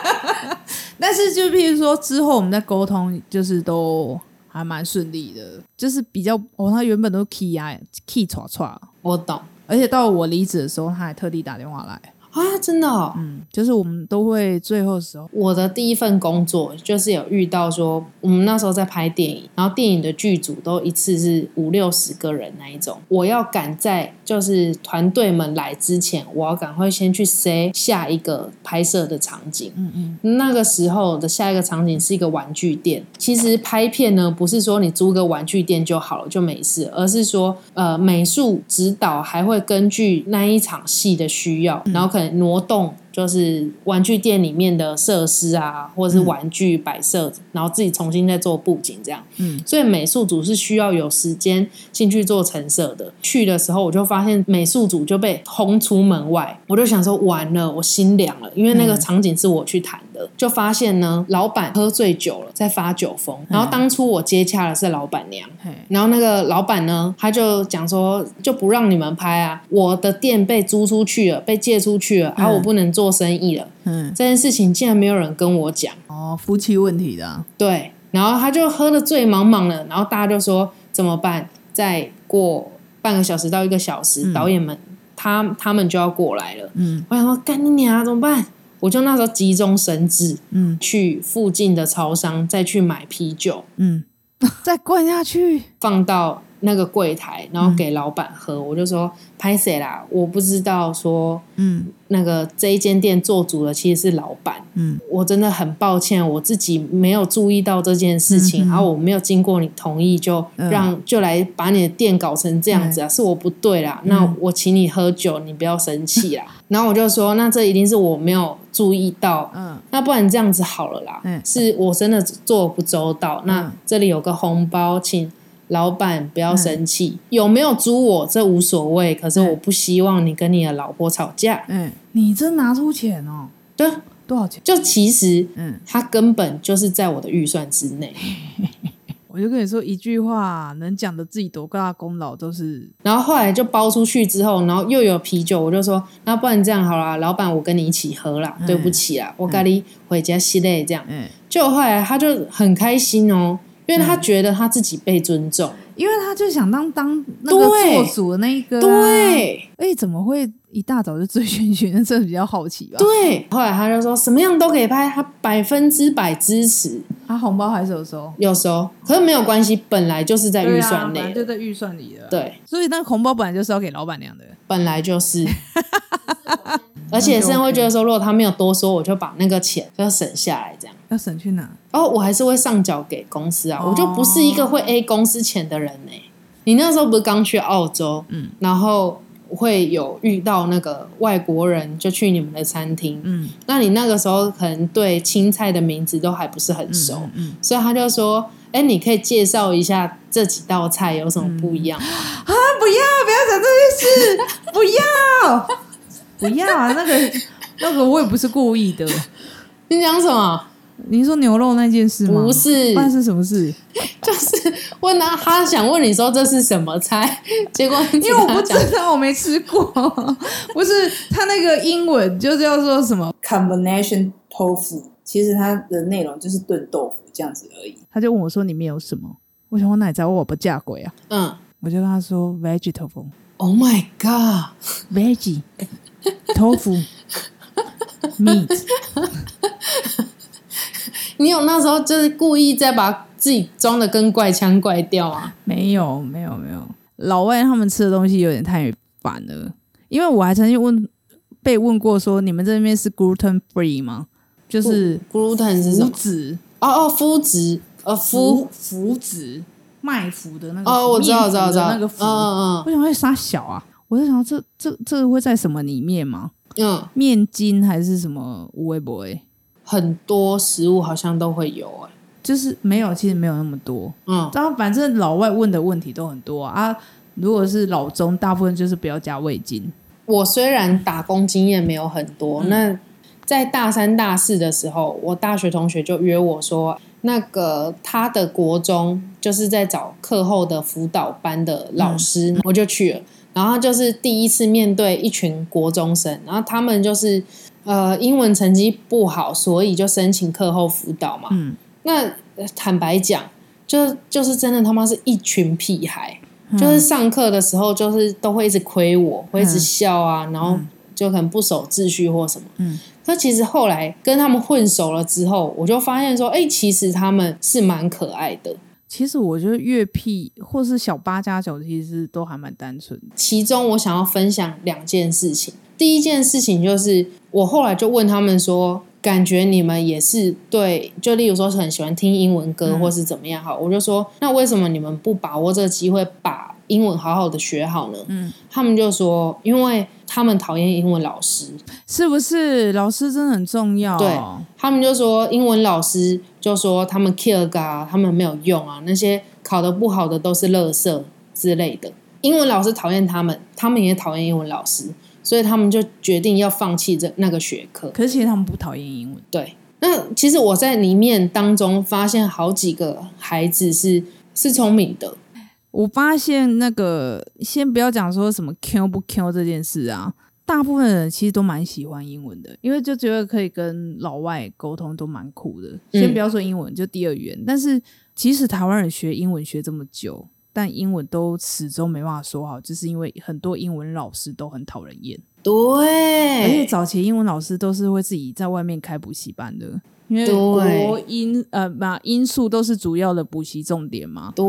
[SPEAKER 3] 但是就譬如说之后我们在沟通，就是都还蛮顺利的，就是比较哦，他原本都 key 啊 key 刷刷，
[SPEAKER 2] 我懂
[SPEAKER 3] 而且到我离职的时候，他还特地打电话来，
[SPEAKER 2] 啊，真的、哦。
[SPEAKER 3] 嗯，就是我们都会最后的时候，
[SPEAKER 2] 我的第一份工作就是有遇到说，我们那时候在拍电影，然后电影的剧组都一次是五六十个人那一种，我要赶在就是团队们来之前，我要赶快先去塞下一个拍摄的场景。
[SPEAKER 3] 嗯嗯，
[SPEAKER 2] 那个时候的下一个场景是一个玩具店。其实拍片呢，不是说你租个玩具店就好了就没事，而是说呃，美术指导还会根据那一场戏的需要，然后可能挪动。就是玩具店里面的设施啊，或者是玩具摆设，然后自己重新再做布景这样。
[SPEAKER 3] 嗯，
[SPEAKER 2] 所以美术组是需要有时间进去做陈设的。去的时候我就发现美术组就被轰出门外，我就想说完了，我心凉了，因为那个场景是我去谈的，就发现呢，老板喝醉酒了，在发酒疯。然后当初我接洽的是老板娘，
[SPEAKER 3] 嘿，
[SPEAKER 2] 然后那个老板呢，他就讲说，就不让你们拍啊，我的店被租出去了，被借出去了，然、后、我不能做生意了。
[SPEAKER 3] 嗯，
[SPEAKER 2] 这件事情竟然没有人跟我讲，
[SPEAKER 3] 哦，夫妻问题的啊、
[SPEAKER 2] 对，然后他就喝的醉茫茫了，然后大家就说怎么办？再过半个小时到一个小时，
[SPEAKER 3] 嗯
[SPEAKER 2] 导演们他他们就要过来了。
[SPEAKER 3] 嗯
[SPEAKER 2] 我想说，干你娘，怎么办？我就那时候急中生智，
[SPEAKER 3] 嗯
[SPEAKER 2] 去附近的超商再去买啤酒，
[SPEAKER 3] 嗯， 再灌下去，
[SPEAKER 2] 放到那个柜台，然后给老板喝。我就说拍谁啦？我不知道说
[SPEAKER 3] 嗯
[SPEAKER 2] 那个这一间店做主的其实是老板。
[SPEAKER 3] 嗯
[SPEAKER 2] 我真的很抱歉，我自己没有注意到这件事
[SPEAKER 3] 嗯
[SPEAKER 2] 情，
[SPEAKER 3] 哼
[SPEAKER 2] 然后我没有经过你同意就
[SPEAKER 3] 嗯
[SPEAKER 2] 让、就来把你的店搞成这样子啊，是我不对啦。
[SPEAKER 3] 嗯
[SPEAKER 2] 那我请你喝酒，你不要生气啦。 然后我就说，那这一定是我没有注意到，
[SPEAKER 3] 嗯
[SPEAKER 2] 那不然这样子好了啦，
[SPEAKER 3] 嗯
[SPEAKER 2] 是我真的做不周到。那
[SPEAKER 3] 嗯
[SPEAKER 2] 这里有个红包，请老板不要生气。有没有租我这无所谓，可是
[SPEAKER 3] 嗯
[SPEAKER 2] 我不希望你跟你的老婆吵架。
[SPEAKER 3] 嗯，你真拿出钱哦，
[SPEAKER 2] 对，
[SPEAKER 3] 多少钱？
[SPEAKER 2] 就其实
[SPEAKER 3] 嗯，
[SPEAKER 2] 他根本就是在我的预算之内。
[SPEAKER 3] 我就跟你说一句话，能讲的自己多大功劳都是
[SPEAKER 2] 然后后来就包出去之后，然后又有啤酒，我就说，那不然这样好啦，老板我跟你一起喝啦，
[SPEAKER 3] 嗯
[SPEAKER 2] 对不起啦，我咖喱回家洗累这样。
[SPEAKER 3] 嗯，
[SPEAKER 2] 就后来他就很开心哦，因为他觉得他自己被尊重。
[SPEAKER 3] 因为他就想当当那个
[SPEAKER 2] 对
[SPEAKER 3] 做主的那一个、，啊
[SPEAKER 2] 对
[SPEAKER 3] 哎，怎么会一大早就醉醺醺的？这比较好奇吧。，
[SPEAKER 2] 对，后来他就说什么样都可以拍，他百分之百支持。
[SPEAKER 3] 他红包还是有收，
[SPEAKER 2] 有时候可是没有关系，本来就是在预算
[SPEAKER 3] 对啊
[SPEAKER 2] 内
[SPEAKER 3] 本来就在
[SPEAKER 2] 的，
[SPEAKER 3] 预算里的。，
[SPEAKER 2] 对，
[SPEAKER 3] 所以那个红包本来就是要给老板娘的。
[SPEAKER 2] 本 来就是。而且甚至会觉得说，如果他没有多说，我就把那个钱就省下来这样。
[SPEAKER 3] 要省去哪？
[SPEAKER 2] 然后我还是会上缴给公司啊，
[SPEAKER 3] 哦
[SPEAKER 2] 我就不是一个会 A 公司钱的人呢、你那时候不是刚去澳洲，
[SPEAKER 3] 嗯，
[SPEAKER 2] 然后会有遇到那个外国人，就去你们的餐厅，
[SPEAKER 3] 嗯，
[SPEAKER 2] 那你那个时候可能对青菜的名字都还不是很熟，
[SPEAKER 3] 嗯，
[SPEAKER 2] 所以他就说：“哎、你可以介绍一下这几道菜有什么不一样？”
[SPEAKER 3] 啊，不要，不要讲这件事，不要，不要啊！那个，那个，我也不是故意的。
[SPEAKER 2] 你讲什么？
[SPEAKER 3] 你说牛肉那件事吗？
[SPEAKER 2] 不，是，
[SPEAKER 3] 那是什么事？
[SPEAKER 2] 就是问他，他想问你说这是什么菜，结果因
[SPEAKER 3] 因为我不知道，我没吃过。 不是，他那个英文就叫做什么？
[SPEAKER 4] combination 豆腐，其实它的内容就是炖豆腐这样子而已。
[SPEAKER 3] 他就问我说里面有什么？我想我奶在我不嫁鬼啊！
[SPEAKER 2] 嗯
[SPEAKER 3] 我就跟他说 vegetable
[SPEAKER 2] ，Oh my god！
[SPEAKER 3] veggie 豆腐 meat，
[SPEAKER 2] 你有那时候就是故意在把自己装的跟怪腔怪调啊？
[SPEAKER 3] 没有没有没有，老外他们吃的东西有点太烦了，因为我还曾经问被问过说你们这边是 gluten free 吗？就是
[SPEAKER 2] ，gluten 是什
[SPEAKER 3] 麸
[SPEAKER 2] 么？
[SPEAKER 3] 质
[SPEAKER 2] 哦哦，麸质，呃，麸，
[SPEAKER 3] 麸质麦麸的那个
[SPEAKER 2] 哦，
[SPEAKER 3] 麸
[SPEAKER 2] 我知道，
[SPEAKER 3] 面
[SPEAKER 2] 知道，
[SPEAKER 3] 麸
[SPEAKER 2] 知
[SPEAKER 3] 的
[SPEAKER 2] 道，
[SPEAKER 3] 那个
[SPEAKER 2] 嗯
[SPEAKER 3] 麸，
[SPEAKER 2] 嗯
[SPEAKER 3] 我想会杀小啊，我在想这这这个会在什么里面吗？
[SPEAKER 2] 嗯嗯，
[SPEAKER 3] 面筋还是什么微博？
[SPEAKER 2] 很多食物好像都会有哎、
[SPEAKER 3] 就是没有，其实没有那么多。
[SPEAKER 2] 嗯，
[SPEAKER 3] 然后反正老外问的问题都很多啊。啊如果是老中，大部分就是不要加味精。
[SPEAKER 2] 我虽然打工经验没有很多，那在大三大四的时候，我大学同学就约我说，那个他的国中就是在找课后的辅导班的老师，我就去了。然后就是第一次面对一群国中生，然后他们就是呃英文成绩不好，所以就申请课后辅导嘛。
[SPEAKER 3] 嗯，
[SPEAKER 2] 那呃坦白讲，就就是真的他妈是一群屁孩，就是上课的时候就是都会一直亏我，会一直笑啊，然后就可能不守秩序或什么。
[SPEAKER 3] 嗯，
[SPEAKER 2] 那其实后来跟他们混熟了之后，我就发现说，哎、其实他们是蛮可爱的。
[SPEAKER 3] 其实我觉得乐屁或是小八加九其实都还蛮单纯的。
[SPEAKER 2] 其中我想要分享两件事情。第一件事情就是，我后来就问他们说，感觉你们也是对，就例如说很喜欢听英文歌
[SPEAKER 3] 嗯
[SPEAKER 2] 或是怎么样好，我就说，那为什么你们不把握这个机会把英文好好的学好呢？
[SPEAKER 3] 嗯，
[SPEAKER 2] 他们就说，因为他们讨厌英文老师，
[SPEAKER 3] 是不是？老师真的很重要。
[SPEAKER 2] 对他们就说英文老师就说他们 kill 啊，他们没有用啊，那些考得不好的都是垃圾之类的。英文老师讨厌他们，他们也讨厌英文老师，所以他们就决定要放弃这那个学科。
[SPEAKER 3] 可是其实他们不讨厌英文。
[SPEAKER 2] 对，那其实我在里面当中发现好几个孩子是是聪明的，
[SPEAKER 3] 我发现那个，先不要讲说什么 Q 不 Q 这件事啊，大部分人其实都蛮喜欢英文的，因为就觉得可以跟老外沟通都蛮酷的。先不要说英文，就第二语言，但是即使台湾人学英文学这么久，但英文都始终没办法说好，就是因为很多英文老师都很讨人厌，而且
[SPEAKER 2] 对，
[SPEAKER 3] 早期英文老师都是会自己在外面开补习班的。因为
[SPEAKER 2] 对
[SPEAKER 3] 国英呃，嘛因素都是主要的补习重点嘛，
[SPEAKER 2] 对，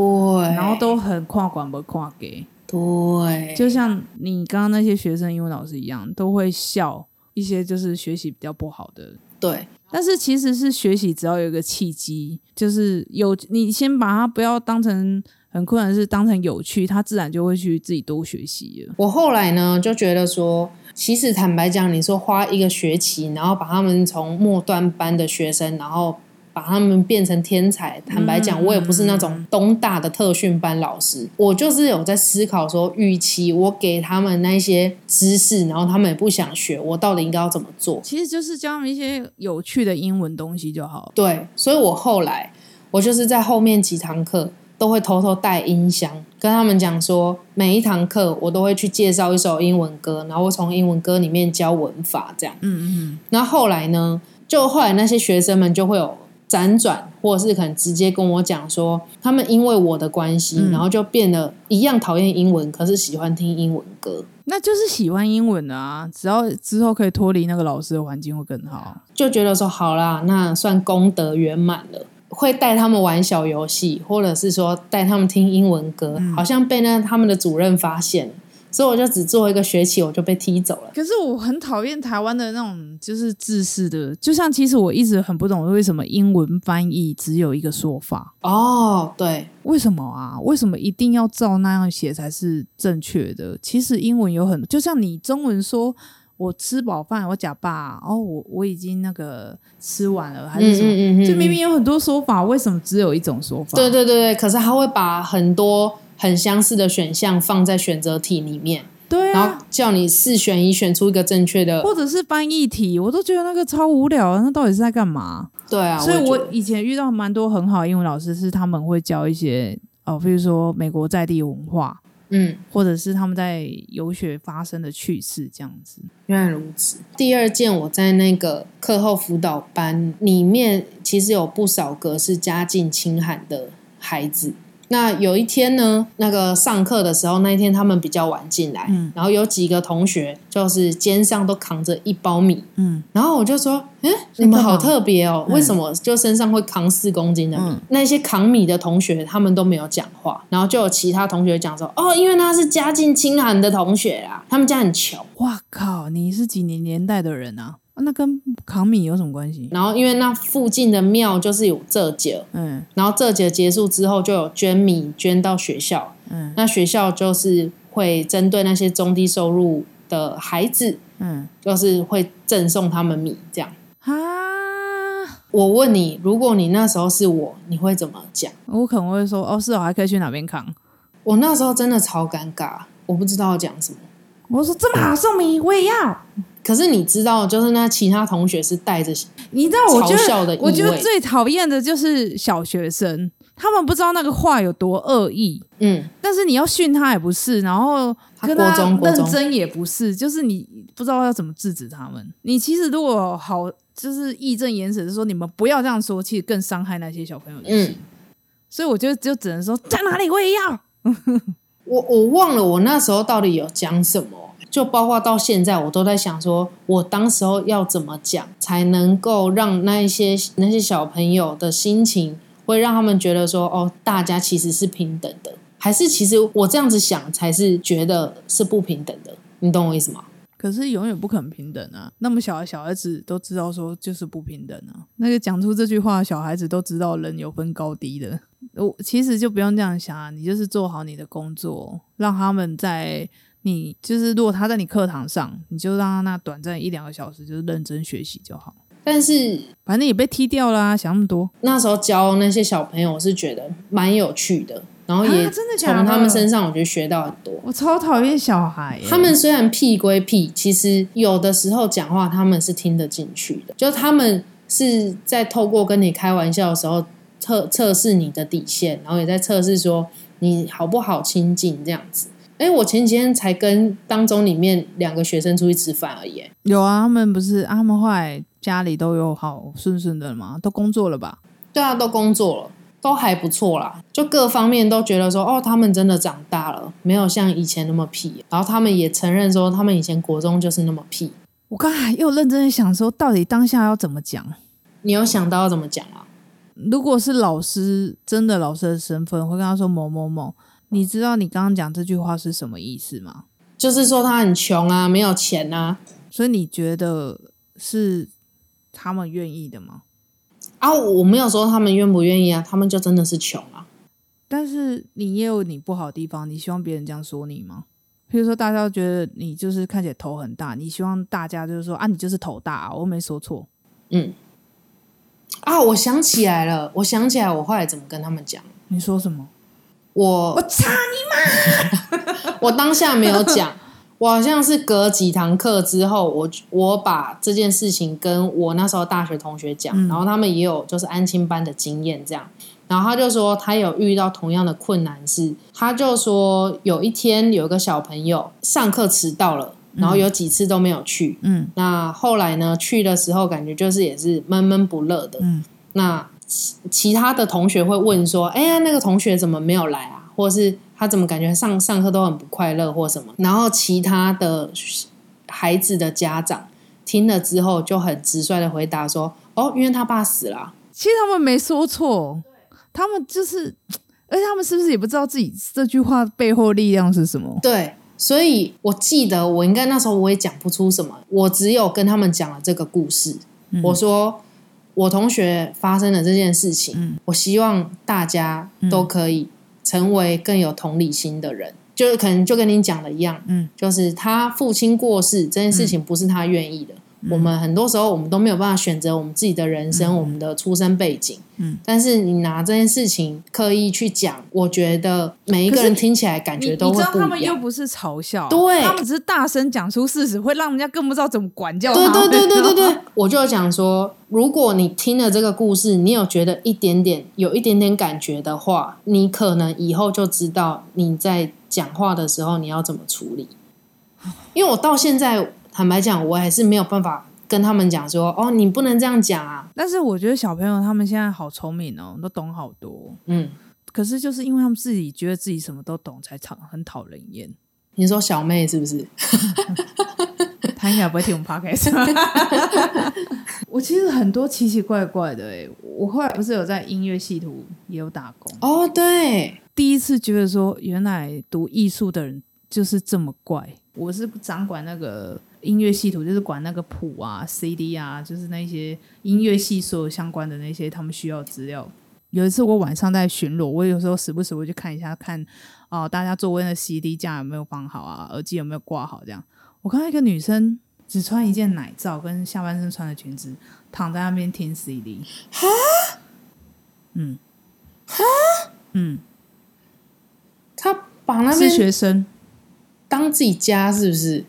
[SPEAKER 3] 然后都很跨管不跨给，
[SPEAKER 2] 对，
[SPEAKER 3] 就像你刚刚那些学生英文老师一样，都会笑一些就是学习比较不好的。
[SPEAKER 2] 对，
[SPEAKER 3] 但是其实是学习，只要有一个契机，就是有你先把它不要当成很困难，是当成有趣，他自然就会去自己多学习了。
[SPEAKER 2] 我后来呢就觉得说，其实坦白讲，你说花一个学期，然后把他们从末端班的学生，然后把他们变成天才，坦白讲，我也不是那种东大的特训班老师，嗯我就是有在思考说，预期我给他们那些知识，然后他们也不想学，我到底应该要怎么做？
[SPEAKER 3] 其实就是教他们一些有趣的英文东西就好了。
[SPEAKER 2] 对，所以我后来我就是在后面几堂课都会偷偷带音箱，跟他们讲说，每一堂课我都会去介绍一首英文歌，然后我从英文歌里面教文法这样。
[SPEAKER 3] 嗯嗯
[SPEAKER 2] 那后来呢，就后来那些学生们就会有辗转，或者是可能直接跟我讲说，他们因为我的关系，
[SPEAKER 3] 嗯
[SPEAKER 2] 然后就变得一样讨厌英文，可是喜欢听英文歌。
[SPEAKER 3] 嗯，那就是喜欢英文的啊，只要之后可以脱离那个老师的环境会更好。
[SPEAKER 2] 就觉得说好啦，那算功德圆满了。会带他们玩小游戏，或者是说带他们听英文歌，
[SPEAKER 3] 嗯
[SPEAKER 2] 好像被那他们的主任发现了，所以我就只做一个学期，我就被踢走了。
[SPEAKER 3] 可是我很讨厌台湾的那种就是自私的，就像其实我一直很不懂为什么英文翻译只有一个说法，
[SPEAKER 2] 哦，对，
[SPEAKER 3] 为什么啊？为什么一定要照那样写才是正确的？其实英文有很，就像你中文说。我吃饱饭，我假爸哦，我我已经那个吃完了，还是什么？
[SPEAKER 2] 嗯嗯嗯嗯
[SPEAKER 3] 就明明有很多说法，为什么只有一种说法？
[SPEAKER 2] 对对对对，可是他会把很多很相似的选项放在选择题里面，
[SPEAKER 3] 对
[SPEAKER 2] 然后
[SPEAKER 3] 啊，
[SPEAKER 2] 叫你四选一，选出一个正确的。
[SPEAKER 3] 或者是翻译题，我都觉得那个超无聊啊，那到底是在干嘛？
[SPEAKER 2] 对啊，
[SPEAKER 3] 所以
[SPEAKER 2] 我也觉
[SPEAKER 3] 我
[SPEAKER 2] 得
[SPEAKER 3] 以前遇到蛮多很好的英文老师，是他们会教一些哦，比如说美国在地文化，
[SPEAKER 2] 嗯，
[SPEAKER 3] 或者是他们在游学发生的趣事这样子。
[SPEAKER 2] 原来如此。第二件，我在那个课后辅导班里面，其实有不少个是家境清寒的孩子。那有一天呢，那个上课的时候，那一天他们比较晚进来，
[SPEAKER 3] 嗯
[SPEAKER 2] 然后有几个同学就是肩上都扛着一包米，
[SPEAKER 3] 嗯，
[SPEAKER 2] 然后我就说，嗯，
[SPEAKER 3] 是
[SPEAKER 2] 你们
[SPEAKER 3] 干嘛
[SPEAKER 2] 好特别哦，
[SPEAKER 3] 嗯
[SPEAKER 2] 为什么就身上会扛四公斤的米？
[SPEAKER 3] 嗯
[SPEAKER 2] 那些扛米的同学他们都没有讲话，然后就有其他同学讲说，哦，因为他是家境清寒的同学啦，他们家很穷。
[SPEAKER 3] 哇靠，你是几年年代的人啊？啊那跟扛米有什么关系？
[SPEAKER 2] 然后因为那附近的庙就是有这节，
[SPEAKER 3] 嗯
[SPEAKER 2] 然后这节结束之后就有捐米捐到学校，
[SPEAKER 3] 嗯
[SPEAKER 2] 那学校就是会针对那些中低收入的孩子，
[SPEAKER 3] 嗯，
[SPEAKER 2] 就是会赠送他们米这样。
[SPEAKER 3] 啊，
[SPEAKER 2] 我问你，如果你那时候是我，你会怎么讲？
[SPEAKER 3] 我可能会说哦，是哦，还可以去哪边扛？
[SPEAKER 2] 我那时候真的超尴尬，我不知道要讲什么。
[SPEAKER 3] 我说这么好送米，我也要。
[SPEAKER 2] 可是你知道，就是那其他同学是带着
[SPEAKER 3] 你知道，我觉
[SPEAKER 2] 嘲笑的
[SPEAKER 3] 得
[SPEAKER 2] 意味
[SPEAKER 3] 我觉得最讨厌的就是小学生，他们不知道那个话有多恶意，
[SPEAKER 2] 嗯，
[SPEAKER 3] 但是你要训他也不是，然后
[SPEAKER 2] 他
[SPEAKER 3] 跟
[SPEAKER 2] 国
[SPEAKER 3] 他
[SPEAKER 2] 中国
[SPEAKER 3] 认
[SPEAKER 2] 中
[SPEAKER 3] 真也不是，就是你不知道要怎么制止他们。你其实如果好，就是义正言辞的说你们不要这样说，其实更伤害那些小朋友的心。
[SPEAKER 2] 嗯
[SPEAKER 3] 所以我觉得就只能说在哪里我也要。
[SPEAKER 2] 我我忘了我那时候到底有讲什么，就包括到现在，我都在想说，我当时候要怎么讲才能够让那一些那些小朋友的心情，会让他们觉得说，哦，大家其实是平等的，还是其实我这样子想才是觉得是不平等的，你懂我意思吗？
[SPEAKER 3] 可是永远不肯平等啊！那么小的小孩子都知道说就是不平等啊。那个讲出这句话的小孩子都知道人有分高低的。我其实就不用这样想啊，你就是做好你的工作，让他们在你就是如果他在你课堂上，你就让他那短暂一两个小时就是认真学习就好。
[SPEAKER 2] 但是
[SPEAKER 3] 反正也被踢掉啦、想那么多。
[SPEAKER 2] 那时候教那些小朋友，我是觉得蛮有趣的，然后也
[SPEAKER 3] 啊真的假的
[SPEAKER 2] 从他们身上，我觉得学到很多。
[SPEAKER 3] 我超讨厌小孩耶、
[SPEAKER 2] 他们虽然屁归屁，其实有的时候讲话他们是听得进去的，就他们是在透过跟你开玩笑的时候测测试你的底线，然后也在测试说你好不好亲近这样子。哎，我前几天才跟当中里面两个学生出去吃饭而已，诶
[SPEAKER 3] 有啊，他们不是、啊、他们后来家里都有好顺顺的了吗？都工作了吧？
[SPEAKER 2] 对啊，都工作了，都还不错啦，就各方面都觉得说，哦，他们真的长大了，没有像以前那么屁。然后他们也承认说，他们以前国中就是那么屁。
[SPEAKER 3] 我刚才又认真的想说，到底当下要怎么讲？
[SPEAKER 2] 你有想到要怎么讲啊？
[SPEAKER 3] 如果是老师，真的老师的身份，我会跟他说某某某，你知道你刚刚讲这句话是什么意思吗？
[SPEAKER 2] 就是说他很穷啊，没有钱啊。
[SPEAKER 3] 所以你觉得是他们愿意的吗？
[SPEAKER 2] 啊，我没有说他们愿不愿意啊，他们就真的是穷啊。
[SPEAKER 3] 但是你也有你不好的地方，你希望别人这样说你吗？譬如说，大家都觉得你就是看起来头很大，你希望大家就是说啊，你就是头大、啊，我没说错。
[SPEAKER 2] 嗯啊，我想起来了，我想起来我后来怎么跟他们讲。
[SPEAKER 3] 你说什么？
[SPEAKER 2] 我
[SPEAKER 3] 操！
[SPEAKER 2] 我当下没有讲，我好像是隔几堂课之后，我我把这件事情跟我那时候大学同学讲，
[SPEAKER 3] 嗯
[SPEAKER 2] 然后他们也有就是安亲班的经验这样，然后他就说他有遇到同样的困难是，他就说有一天有一个小朋友上课迟到了，然后有几次都没有去，
[SPEAKER 3] 嗯
[SPEAKER 2] 那后来呢，去的时候感觉就是也是闷闷不乐的。
[SPEAKER 3] 嗯，
[SPEAKER 2] 那其其他的同学会问说：“哎呀，那个同学怎么没有来啊？或者是他怎么感觉上上课都很不快乐或什么？”然后其他的孩子的家长听了之后就很直率的回答说：“哦，因为他爸死了啊、
[SPEAKER 3] 其实他们没说错，他们就是，而且他们是不是也不知道自己这句话背后力量是什么？
[SPEAKER 2] 对，所以我记得我应该那时候我也讲不出什么，我只有跟他们讲了这个故事。
[SPEAKER 3] 嗯
[SPEAKER 2] 我说我同学发生了这件事情，
[SPEAKER 3] 嗯
[SPEAKER 2] 我希望大家都可以成为更有同理心的人。就是可能就跟你讲的一样，
[SPEAKER 3] 嗯，
[SPEAKER 2] 就是他父亲过世这件事情不是他愿意的。
[SPEAKER 3] 嗯
[SPEAKER 2] 我们很多时候我们都没有办法选择我们自己的人生、我们的出生背景，
[SPEAKER 3] 嗯，
[SPEAKER 2] 但是你拿这件事情刻意去讲，我觉得每一个
[SPEAKER 3] 可是
[SPEAKER 2] 人听起来感
[SPEAKER 3] 你
[SPEAKER 2] 觉
[SPEAKER 3] 你
[SPEAKER 2] 都
[SPEAKER 3] 知
[SPEAKER 2] 会
[SPEAKER 3] 道
[SPEAKER 2] 不
[SPEAKER 3] 他们
[SPEAKER 2] 一
[SPEAKER 3] 又
[SPEAKER 2] 样。
[SPEAKER 3] 不是嘲笑，
[SPEAKER 2] 对
[SPEAKER 3] 他们只是大声讲出事实，会让人家更不知道怎么管教他
[SPEAKER 2] 对
[SPEAKER 3] 们。
[SPEAKER 2] 对对对对
[SPEAKER 3] 然后
[SPEAKER 2] 对，我就讲说，如果你听了这个故事，你有觉得一点点有一点点感觉的话，你可能以后就知道你在讲话的时候你要怎么 处理。因为我到现在坦白讲，我还是没有办法跟他们讲说，哦，你不能这样讲啊，
[SPEAKER 3] 但是我觉得小朋友他们现在好聪明哦，都懂好多。
[SPEAKER 2] 嗯。
[SPEAKER 3] 可是就是因为他们自己觉得自己什么都懂，才讨很讨人 厌。
[SPEAKER 2] 你说小妹是不是？
[SPEAKER 3] 他应该不会听我们 podcast。我其实很多奇奇怪怪的哎、我后来不是有在音乐系图也有打工，
[SPEAKER 2] 哦，对，
[SPEAKER 3] 第一次觉得说，原来读艺术的人就是这么怪。我是掌管那个音乐系统，就是管那个谱啊、CD 啊，就是那些音乐系所有相关的那些他们需要的资料。有一次我晚上在巡逻，我有时候时不时我去看一下，看哦、大家座位的 CD 架有没有放好啊，耳机有没有挂好这样。我看到一个女生只穿一件奶罩跟下半身穿的裙子，躺在那边听 CD。嗯，嗯，
[SPEAKER 2] 她把那
[SPEAKER 3] 是
[SPEAKER 2] 边
[SPEAKER 3] 学生。
[SPEAKER 2] 当自己家是不是？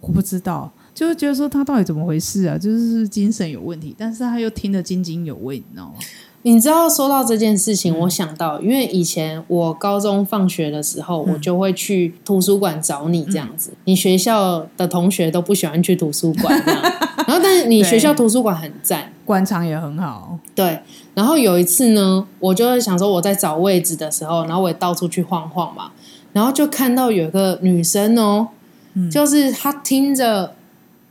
[SPEAKER 3] 我不知道，就是觉得说他到底怎么回事啊？就是精神有问题，但是他又听得津津有味，你知道吗？
[SPEAKER 2] 你知道说到这件事情，我想到，因为以前我高中放学的时候，我就会去图书馆找你这样子。你学校的同学都不喜欢去图书馆这样，然后但是你
[SPEAKER 3] 对
[SPEAKER 2] 学校图书馆很赞，
[SPEAKER 3] 官场也很好，
[SPEAKER 2] 对。然后有一次呢，我就会想说我在找位置的时候，然后我也到处去晃晃嘛，然后就看到有一个女生哦，
[SPEAKER 3] 嗯
[SPEAKER 2] 就是她听着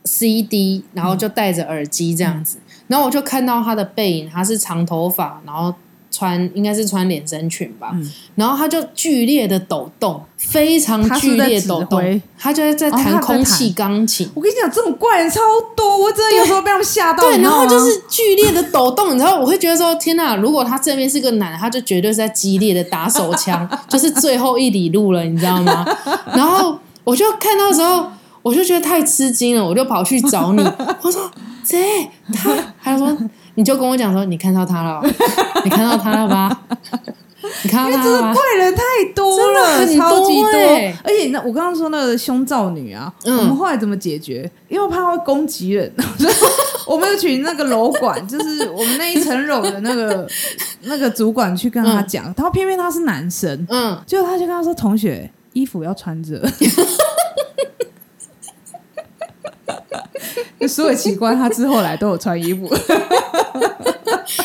[SPEAKER 2] CD，然
[SPEAKER 3] 嗯
[SPEAKER 2] 后就戴着耳机这样子，然后我就看到她的背影，她是长头发，然后穿应该是穿连身裙吧，
[SPEAKER 3] 嗯
[SPEAKER 2] 然后她就剧烈的抖动，非常
[SPEAKER 3] 她
[SPEAKER 2] 剧
[SPEAKER 3] 是在
[SPEAKER 2] 烈
[SPEAKER 3] 指
[SPEAKER 2] 抖动
[SPEAKER 3] 挥，
[SPEAKER 2] 她就是在
[SPEAKER 3] 哦她
[SPEAKER 2] 弹
[SPEAKER 3] 在
[SPEAKER 2] 空
[SPEAKER 3] 弹
[SPEAKER 2] 气钢琴。
[SPEAKER 3] 我跟你讲，这种怪人超多，我真的有时候被他们吓到。
[SPEAKER 2] 对，
[SPEAKER 3] 你知
[SPEAKER 2] 然
[SPEAKER 3] 道
[SPEAKER 2] 后
[SPEAKER 3] 吗
[SPEAKER 2] 就是剧烈的抖动，你知道，我会觉得说，天哪！如果他正面是个男的，他就绝对是在激烈的打手 枪，就是最后一里路了，你知道 吗？然后我就看到的时候，我就觉得太吃惊了，我就跑去找 你，我说谁？他？他就说，你就跟我讲说，你看到他 了哦，你看到他了吧？你看到他
[SPEAKER 3] 真
[SPEAKER 2] 了
[SPEAKER 3] 的
[SPEAKER 2] 吧？
[SPEAKER 3] 怪人太多了，
[SPEAKER 2] 真的很多
[SPEAKER 3] 超级多。
[SPEAKER 2] 欸
[SPEAKER 3] 而且那我刚刚说那个胸罩女啊，
[SPEAKER 2] 嗯
[SPEAKER 3] 我们后来怎么解决？因为我怕她会攻击人， 所以我们有请那个楼管， 就是我们那一层楼的那个那个主管去跟他讲，然后偏偏他是男生，
[SPEAKER 2] 嗯，
[SPEAKER 3] 结果他就跟他说：“同学，衣服要穿着。” 所有奇怪，他之后来都有穿衣服，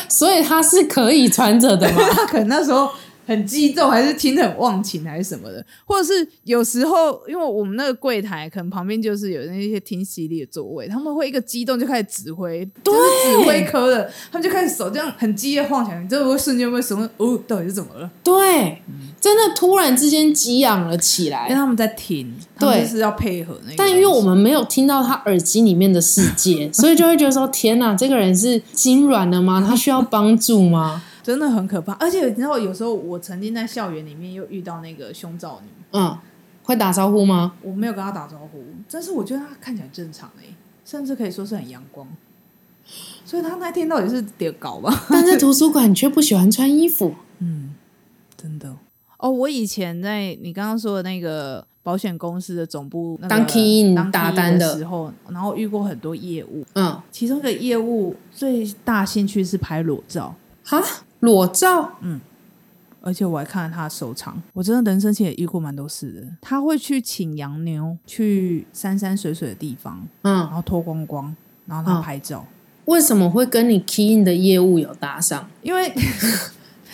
[SPEAKER 2] 所以他是可以穿着 的嘛？
[SPEAKER 3] 他可能那时候很激动，还是听得很忘情，还是什么的，或者是有时候，因为我们那个柜台可能旁边就是有那些听洗礼的座位，他们会一个激动就开始指挥，就是指挥科的，他们就开始手这样很激烈晃起来，你这会瞬间会什么？哦，到底是怎么了？
[SPEAKER 2] 对，真的突然之间激昂了起来
[SPEAKER 3] 因为。他们在听，他
[SPEAKER 2] 对
[SPEAKER 3] 们就是要配合那个东西。
[SPEAKER 2] 但因为我们没有听到他耳机里面的世 界，所以就会觉得说：天哪，这个人是心软了吗？他需要帮助吗？
[SPEAKER 3] 真的很可怕，而且你知道，有时候我曾经在校园里面又遇到那个胸罩女，
[SPEAKER 2] 嗯，会打招呼吗？
[SPEAKER 3] 我没有跟她打招呼，但是我觉得她看起来很正常哎、甚至可以说是很阳光。所以她那天到底是得搞吧？
[SPEAKER 2] 但在图书馆却不喜欢穿衣服。
[SPEAKER 3] 嗯，真的。哦，我以前在你刚刚说的那个保险公司的总部、那个
[SPEAKER 2] 当 key in
[SPEAKER 3] 当 key
[SPEAKER 2] 打单的
[SPEAKER 3] 的时候，然后遇过很多业务，
[SPEAKER 2] 嗯，
[SPEAKER 3] 其中一个业务最大兴趣是拍裸照，
[SPEAKER 2] 哈，裸照
[SPEAKER 3] 而且我还看了他的收藏，我真的人生其实也遇过蛮多事的。他会去请洋妞去山山水水的地方，然
[SPEAKER 2] 嗯，
[SPEAKER 3] 后脱光光，然后他
[SPEAKER 2] 嗯
[SPEAKER 3] 拍照，
[SPEAKER 2] 为什么会跟你 key in 的业务有搭上？
[SPEAKER 3] 因为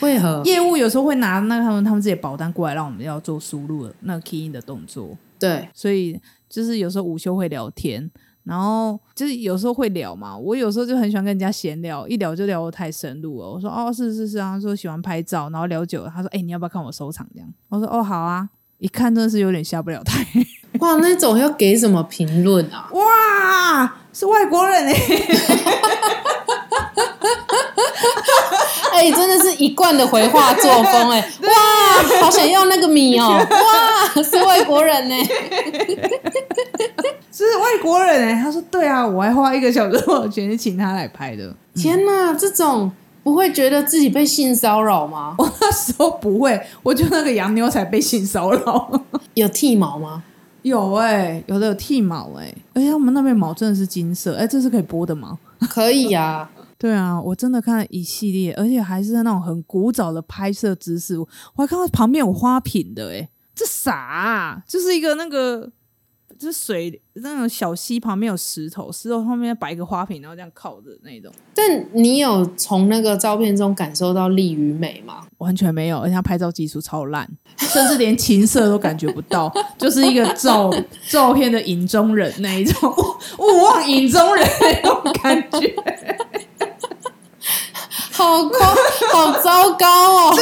[SPEAKER 2] 为何？
[SPEAKER 3] 业务有时候会拿那个他们他们自己的保单过来，让我们要做输入的那个 key in 的动作，
[SPEAKER 2] 对，
[SPEAKER 3] 所以就是有时候午休会聊天。然后就是有时候会聊嘛，我有时候就很喜欢跟人家闲聊，一聊就聊得太深入了。我说哦，是是是啊，他说喜欢拍照，然后聊久了，他说哎、你要不要看我收藏这样？我说哦，好啊。一看真的是有点下不了台，
[SPEAKER 2] 哇，那种要给什么评论啊？
[SPEAKER 3] 哇，是外国人哎、
[SPEAKER 2] 哎、真的是一贯的回话作风 哎、哇，好想要那个米哦、哇，是外国人呢、
[SPEAKER 3] 是外国人哎、他说对啊，我还花一个小时我全是请他来拍的。
[SPEAKER 2] 天哪，这种不会觉得自己被性骚扰吗？
[SPEAKER 3] 我那时候不会，我就那个洋妞才被性骚扰。
[SPEAKER 2] 有剃毛吗？
[SPEAKER 3] 有哎、有的有剃毛哎、而且他们那边毛真的是金色哎、这是可以播的吗？
[SPEAKER 2] 可以啊，
[SPEAKER 3] 对啊，我真的看了一系列，而且还是那种很古早的拍摄姿势。我还看到旁边有花瓶的哎、这啥、啊？就是一个那个。就是水那种小溪旁边有石头，石头后面摆一个花瓶，然后这样靠着那种。
[SPEAKER 2] 但你有从那个照片中感受到力与美吗？
[SPEAKER 3] 完全没有，而且他拍照技术超烂，甚至连情色都感觉不到，就是一个照照片的影中人那一种， 勿勿忘影中人那种感觉。
[SPEAKER 2] 好夸， 好糟糕哦！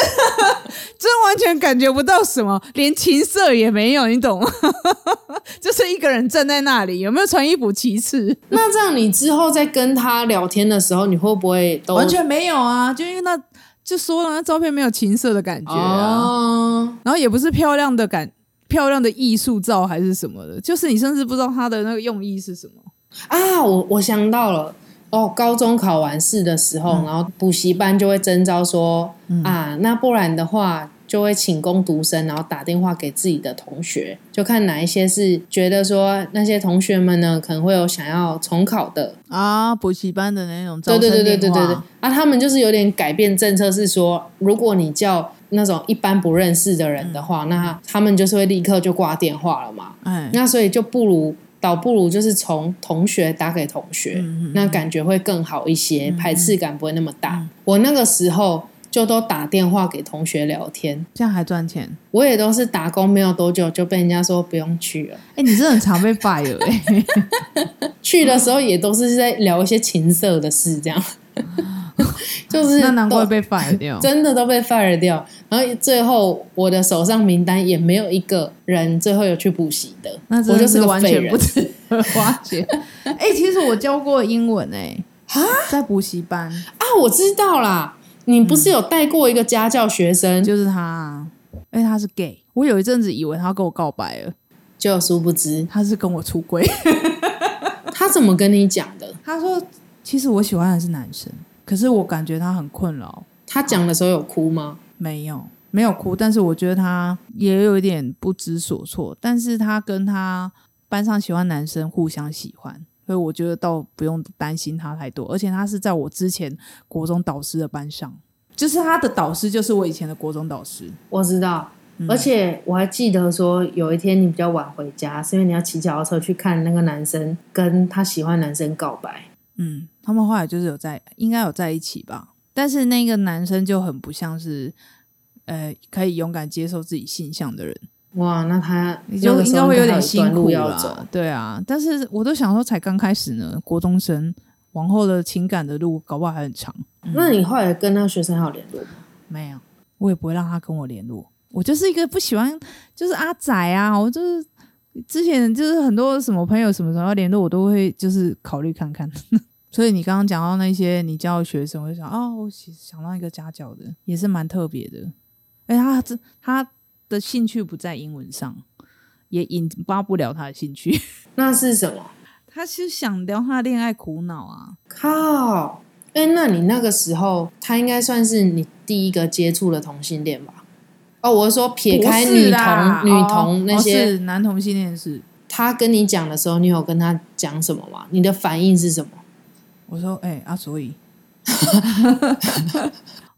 [SPEAKER 3] 真完全感觉不到什么，连情色也没有，你懂吗？ 就是一个人站在那里，有没有穿衣服其次，
[SPEAKER 2] 那这样你之后在跟他聊天的时候，你会不会都
[SPEAKER 3] 完全没有啊！就因为那就说了，那照片没有情色的感觉啊。
[SPEAKER 2] 哦？
[SPEAKER 3] 然后也不是漂亮的感，漂亮的艺术照还是什么的，就是你甚至不知道它的那个用意是什么。
[SPEAKER 2] 啊，我我想到了。哦，高中
[SPEAKER 3] 嗯
[SPEAKER 2] 考完试的时候，然后补习班就会征招说、啊，那不然的话，就会请工读生，然后打电话给自己的同学，就看哪一些是觉得说那些同学们呢可能会有想要重考的，
[SPEAKER 3] 啊，补习班的那种招
[SPEAKER 2] 对
[SPEAKER 3] 生
[SPEAKER 2] 对对对
[SPEAKER 3] 电
[SPEAKER 2] 对对对
[SPEAKER 3] 话，
[SPEAKER 2] 啊，他们就是有点改变政策，是说如果你叫那种一般不认识的人的话，
[SPEAKER 3] 嗯
[SPEAKER 2] 那他们就是会立刻就挂电话了嘛。
[SPEAKER 3] 哎，
[SPEAKER 2] 那所以就不如倒不如就是从同学打给同学，
[SPEAKER 3] 嗯嗯
[SPEAKER 2] 那感觉会更好一些，排斥感不会那么大。
[SPEAKER 3] 嗯
[SPEAKER 2] 我那个时候就都打电话给同学聊天，
[SPEAKER 3] 这样还赚钱？
[SPEAKER 2] 我也都是打工没有多久就被人家说不用去了，
[SPEAKER 3] 哎，你真的很常被 fire 哎，
[SPEAKER 2] 去的时候也都是在聊一些情色的事，这样。 就是
[SPEAKER 3] 啊 那难怪
[SPEAKER 2] 都
[SPEAKER 3] 被 fire 掉。
[SPEAKER 2] 真的都被 fire 掉。然后最后我的手上名单也没有一个人最后有去补习的，
[SPEAKER 3] 那真
[SPEAKER 2] 我
[SPEAKER 3] 的
[SPEAKER 2] 就是个
[SPEAKER 3] 完
[SPEAKER 2] 废
[SPEAKER 3] 全
[SPEAKER 2] 人
[SPEAKER 3] 不。值得 挖掘。哎、其实我教过英文哎、在补习班
[SPEAKER 2] 啊，我知道啦，你不是有带过一个家教学生，就
[SPEAKER 3] 就是他啊，因为他是 gay，我有一阵子以为他要跟我告白了，
[SPEAKER 2] 就殊不知
[SPEAKER 3] 他是跟我出轨。
[SPEAKER 2] 他怎么跟你讲的？
[SPEAKER 3] 他说其实我喜欢的是男生，可是我感觉他很困扰，
[SPEAKER 2] 他讲的时候有哭吗？
[SPEAKER 3] 没有没有哭，但是我觉得他也有一点不知所措，但是他跟他班上喜欢男生互相喜欢。所以我觉得倒不用担心他太多，而且他是在我之前国中导师的班上，就是他的导师就是我以前的国中导师。
[SPEAKER 2] 我知道。
[SPEAKER 3] 嗯
[SPEAKER 2] 而且我还记得说，有一天你比较晚回家，是因为你要骑脚踏车去看那个男生跟他喜欢的男生告白。
[SPEAKER 3] 嗯，他们后来就是有在，应该有在一起吧。但是那个男生就很不像是，呃，可以勇敢接受自己性向的人，
[SPEAKER 2] 哇，那他
[SPEAKER 3] 你就
[SPEAKER 2] 那个
[SPEAKER 3] 应
[SPEAKER 2] 时
[SPEAKER 3] 该
[SPEAKER 2] 候
[SPEAKER 3] 会有
[SPEAKER 2] 他
[SPEAKER 3] 点
[SPEAKER 2] 一
[SPEAKER 3] 辛
[SPEAKER 2] 段
[SPEAKER 3] 苦
[SPEAKER 2] 路要
[SPEAKER 3] 啦
[SPEAKER 2] 走。
[SPEAKER 3] 对啊，但是我都想说，才刚开始呢，国中生往后的情感的路，搞不好还很长。
[SPEAKER 2] 那你后来跟那个学生还有联络吗？
[SPEAKER 3] 没有，我也不会让他跟我联络。我就是一个不喜欢，就是阿仔啊，我就是之前就是很多什么朋友什么时候要联络，我都会就是考虑看 看。所以你刚刚讲到那些你教的学生，我就想哦，我其实想到一个家教的，也是蛮特别的。哎，他这他的兴趣不在英文上，也引发不了他的兴趣。
[SPEAKER 2] 那是什么？
[SPEAKER 3] 他是想聊他的恋爱苦恼啊，
[SPEAKER 2] 靠！哎、那你那个时候，他应该算是你第一个接触的同性恋吧？哦，我是说撇开
[SPEAKER 3] 不是
[SPEAKER 2] 女同、
[SPEAKER 3] 啦
[SPEAKER 2] 女
[SPEAKER 3] 哦
[SPEAKER 2] 同那
[SPEAKER 3] 哦
[SPEAKER 2] 些，
[SPEAKER 3] 是男同性恋是。
[SPEAKER 2] 他跟你讲的时候，你有跟他讲什么吗？你的反应是什么？
[SPEAKER 3] 我说，哎、啊，所以，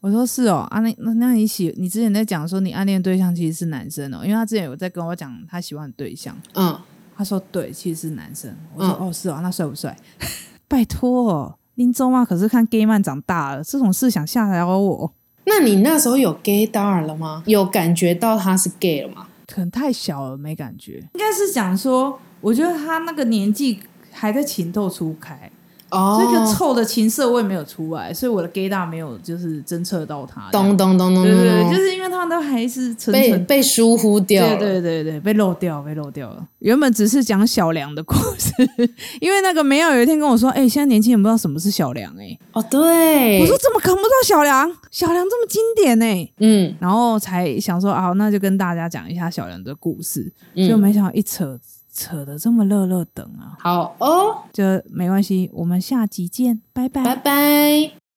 [SPEAKER 3] 我说是哦，啊，那那那你喜你之前在讲说你暗恋对象其实是男生哦，因为他之前有在跟我讲他喜欢的对象，
[SPEAKER 2] 嗯，
[SPEAKER 3] 他说对，其实是男生。我说、
[SPEAKER 2] 嗯
[SPEAKER 3] 哦，是哦，那帅不帅？ 拜托、哦，林州嘛，可是看 gay 漫长大了，这种事想吓到我，
[SPEAKER 2] 那你那时候有 gay 到了吗？有感觉到他是 gay 了吗？
[SPEAKER 3] 可能太小了没感觉，应该是讲说，我觉得他那个年纪还在情窦初开，
[SPEAKER 2] 哦
[SPEAKER 3] 所以个臭的情色味没有出来，所以我的 gay 大没有就是侦测到他。
[SPEAKER 2] 咚咚咚咚
[SPEAKER 3] 对
[SPEAKER 2] 咚
[SPEAKER 3] 对，
[SPEAKER 2] 咚
[SPEAKER 3] 对，就是因为他们都还是纯
[SPEAKER 2] 被
[SPEAKER 3] 纯。
[SPEAKER 2] 被疏忽掉了。
[SPEAKER 3] 对对对对，被漏掉，被漏掉了。原本只是讲小梁的故事， 因为那个梅耀有一天跟我说：“哎、现在年轻人不知道什么是小梁、欸。”
[SPEAKER 2] 哦，对，
[SPEAKER 3] 我说：“怎么可能不知道小梁？小梁这么经典呢、哎
[SPEAKER 2] 嗯，
[SPEAKER 3] 然后才想说：“啊，那就跟大家讲一下小梁的故事。
[SPEAKER 2] 嗯
[SPEAKER 3] 就没想到一扯扯的这么热热等啊！
[SPEAKER 2] 好哦，
[SPEAKER 3] 就没关系，我们下集见，拜拜
[SPEAKER 2] 拜拜。